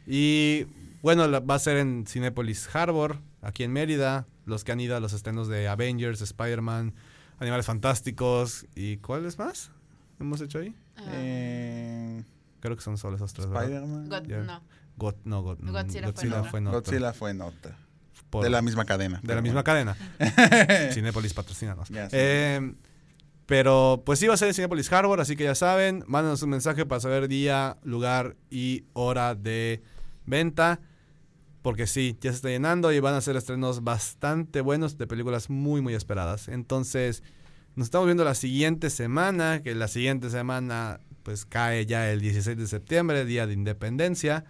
S2: Y bueno, la- va a ser en Cinépolis Harbor, aquí en Mérida. Los que han ido a los estrenos de Avengers, Spider-Man, Animales Fantásticos y ¿cuáles más hemos hecho ahí?
S4: Ah,
S5: Eh,
S2: Creo que son solo esos tres. ¿verdad?
S5: Spider-Man.
S4: God-
S2: ya.
S4: no.
S2: God- no, God- mm,
S4: Godzilla fue en otra.
S2: en otro.
S5: Pues, Godzilla fue en otra.
S2: Por-
S5: de la misma cadena.
S2: de la misma cadena.
S5: cadena.
S2: Cinépolis patrocínanos.
S5: Ya, sí.
S2: Eh, pero pues sí va a ser en Cinépolis Harbor, así que ya saben, mándanos un mensaje para saber día, lugar y hora de venta. Porque sí, ya se está llenando y van a ser estrenos bastante buenos de películas muy, muy esperadas. Entonces, nos estamos viendo la siguiente semana, que la siguiente semana pues cae ya el 16 de septiembre, Día de Independencia.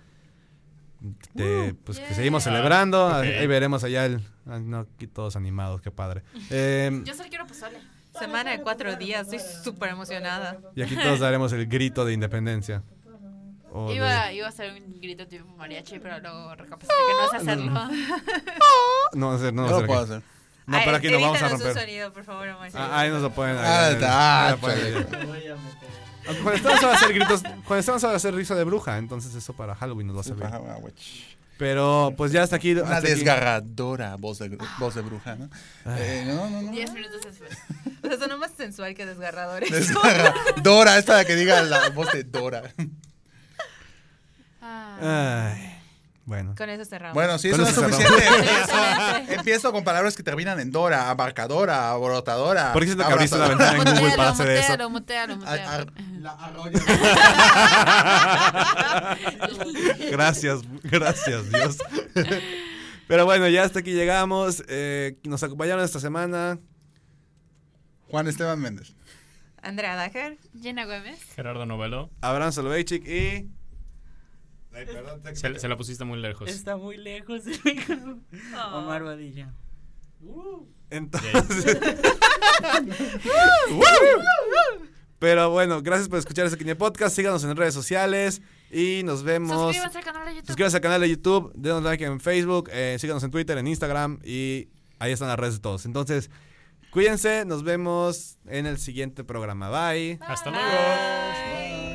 S2: De- pues que
S4: Yeah.
S2: seguimos celebrando.
S3: Ah, ok.
S2: Ahí veremos allá el... ah, no, aquí todos animados, qué padre. Eh,
S4: Yo solo quiero pozole.
S6: Semana de cuatro días, estoy súper emocionada.
S2: y aquí todos daremos el grito de independencia. O de-
S4: Iba, Ah, iba a hacer un grito tipo mariachi, pero luego recapacité que no sé hacerlo.
S2: No, no, sé, no,
S5: No
S2: sé
S5: lo
S2: qué.
S5: puedo hacer.
S2: No, pero aquí nos vamos a
S6: Edítanos un
S2: romper.
S6: sonido, por favor, amor.
S2: Ah, ahí nos lo pueden... ahí-
S5: Ah,
S2: ahí-
S5: ah,
S2: ahí lo pueden-
S5: chale.
S7: Me voy a meter.
S2: Aunque Cuando estamos a hacer gritos, cuando estamos a hacer risa de bruja, entonces eso para Halloween nos va a
S5: Sí,
S2: servir.
S5: para- ah, wech.
S2: Pero pues ya hasta aquí.
S5: Una
S2: hasta aquí.
S5: desgarradora voz de, gru- voz de bruja, ¿no? Eh, no, no, no.
S4: Diez minutos después.
S6: O sea, sonó más sensual que desgarrador.
S5: Desgarradora, esta la que diga la voz de Dora.
S2: Ay, bueno.
S6: Con eso cerramos.
S5: Bueno, si eso no
S2: Con
S5: es
S2: eso
S5: suficiente, empiezo, empiezo con palabras que terminan en Dora, abarcadora, aborotadora.
S2: ¿Por qué siento que abriste la
S5: abrazadora.
S2: ventana en Google para hacer eso?
S4: mutealo, mutealo, mutealo.
S5: Ar- ar- la arrolla.
S2: Gracias, gracias Dios. Pero bueno, ya hasta aquí llegamos. Eh, nos acompañaron esta semana.
S5: Juan Esteban Méndez.
S6: Andrea Dager.
S4: Jenna Gómez.
S3: Gerardo Novelo,
S2: Abraham Soloveitchik y...
S3: se, se la pusiste muy lejos.
S7: Está muy lejos el micrófono. Omar Vadilla.
S2: Entonces... ¡Woo! Pero bueno, gracias por escuchar este Kine Podcast. Síganos en redes sociales y nos vemos.
S4: Suscríbanse al canal de YouTube.
S2: Suscríbanse al canal de YouTube, denos like en Facebook, eh, síganos en Twitter, en Instagram y ahí están las redes de todos. Entonces, cuídense, nos vemos en el siguiente programa. Bye.
S3: Hasta
S4: Bye.
S3: luego.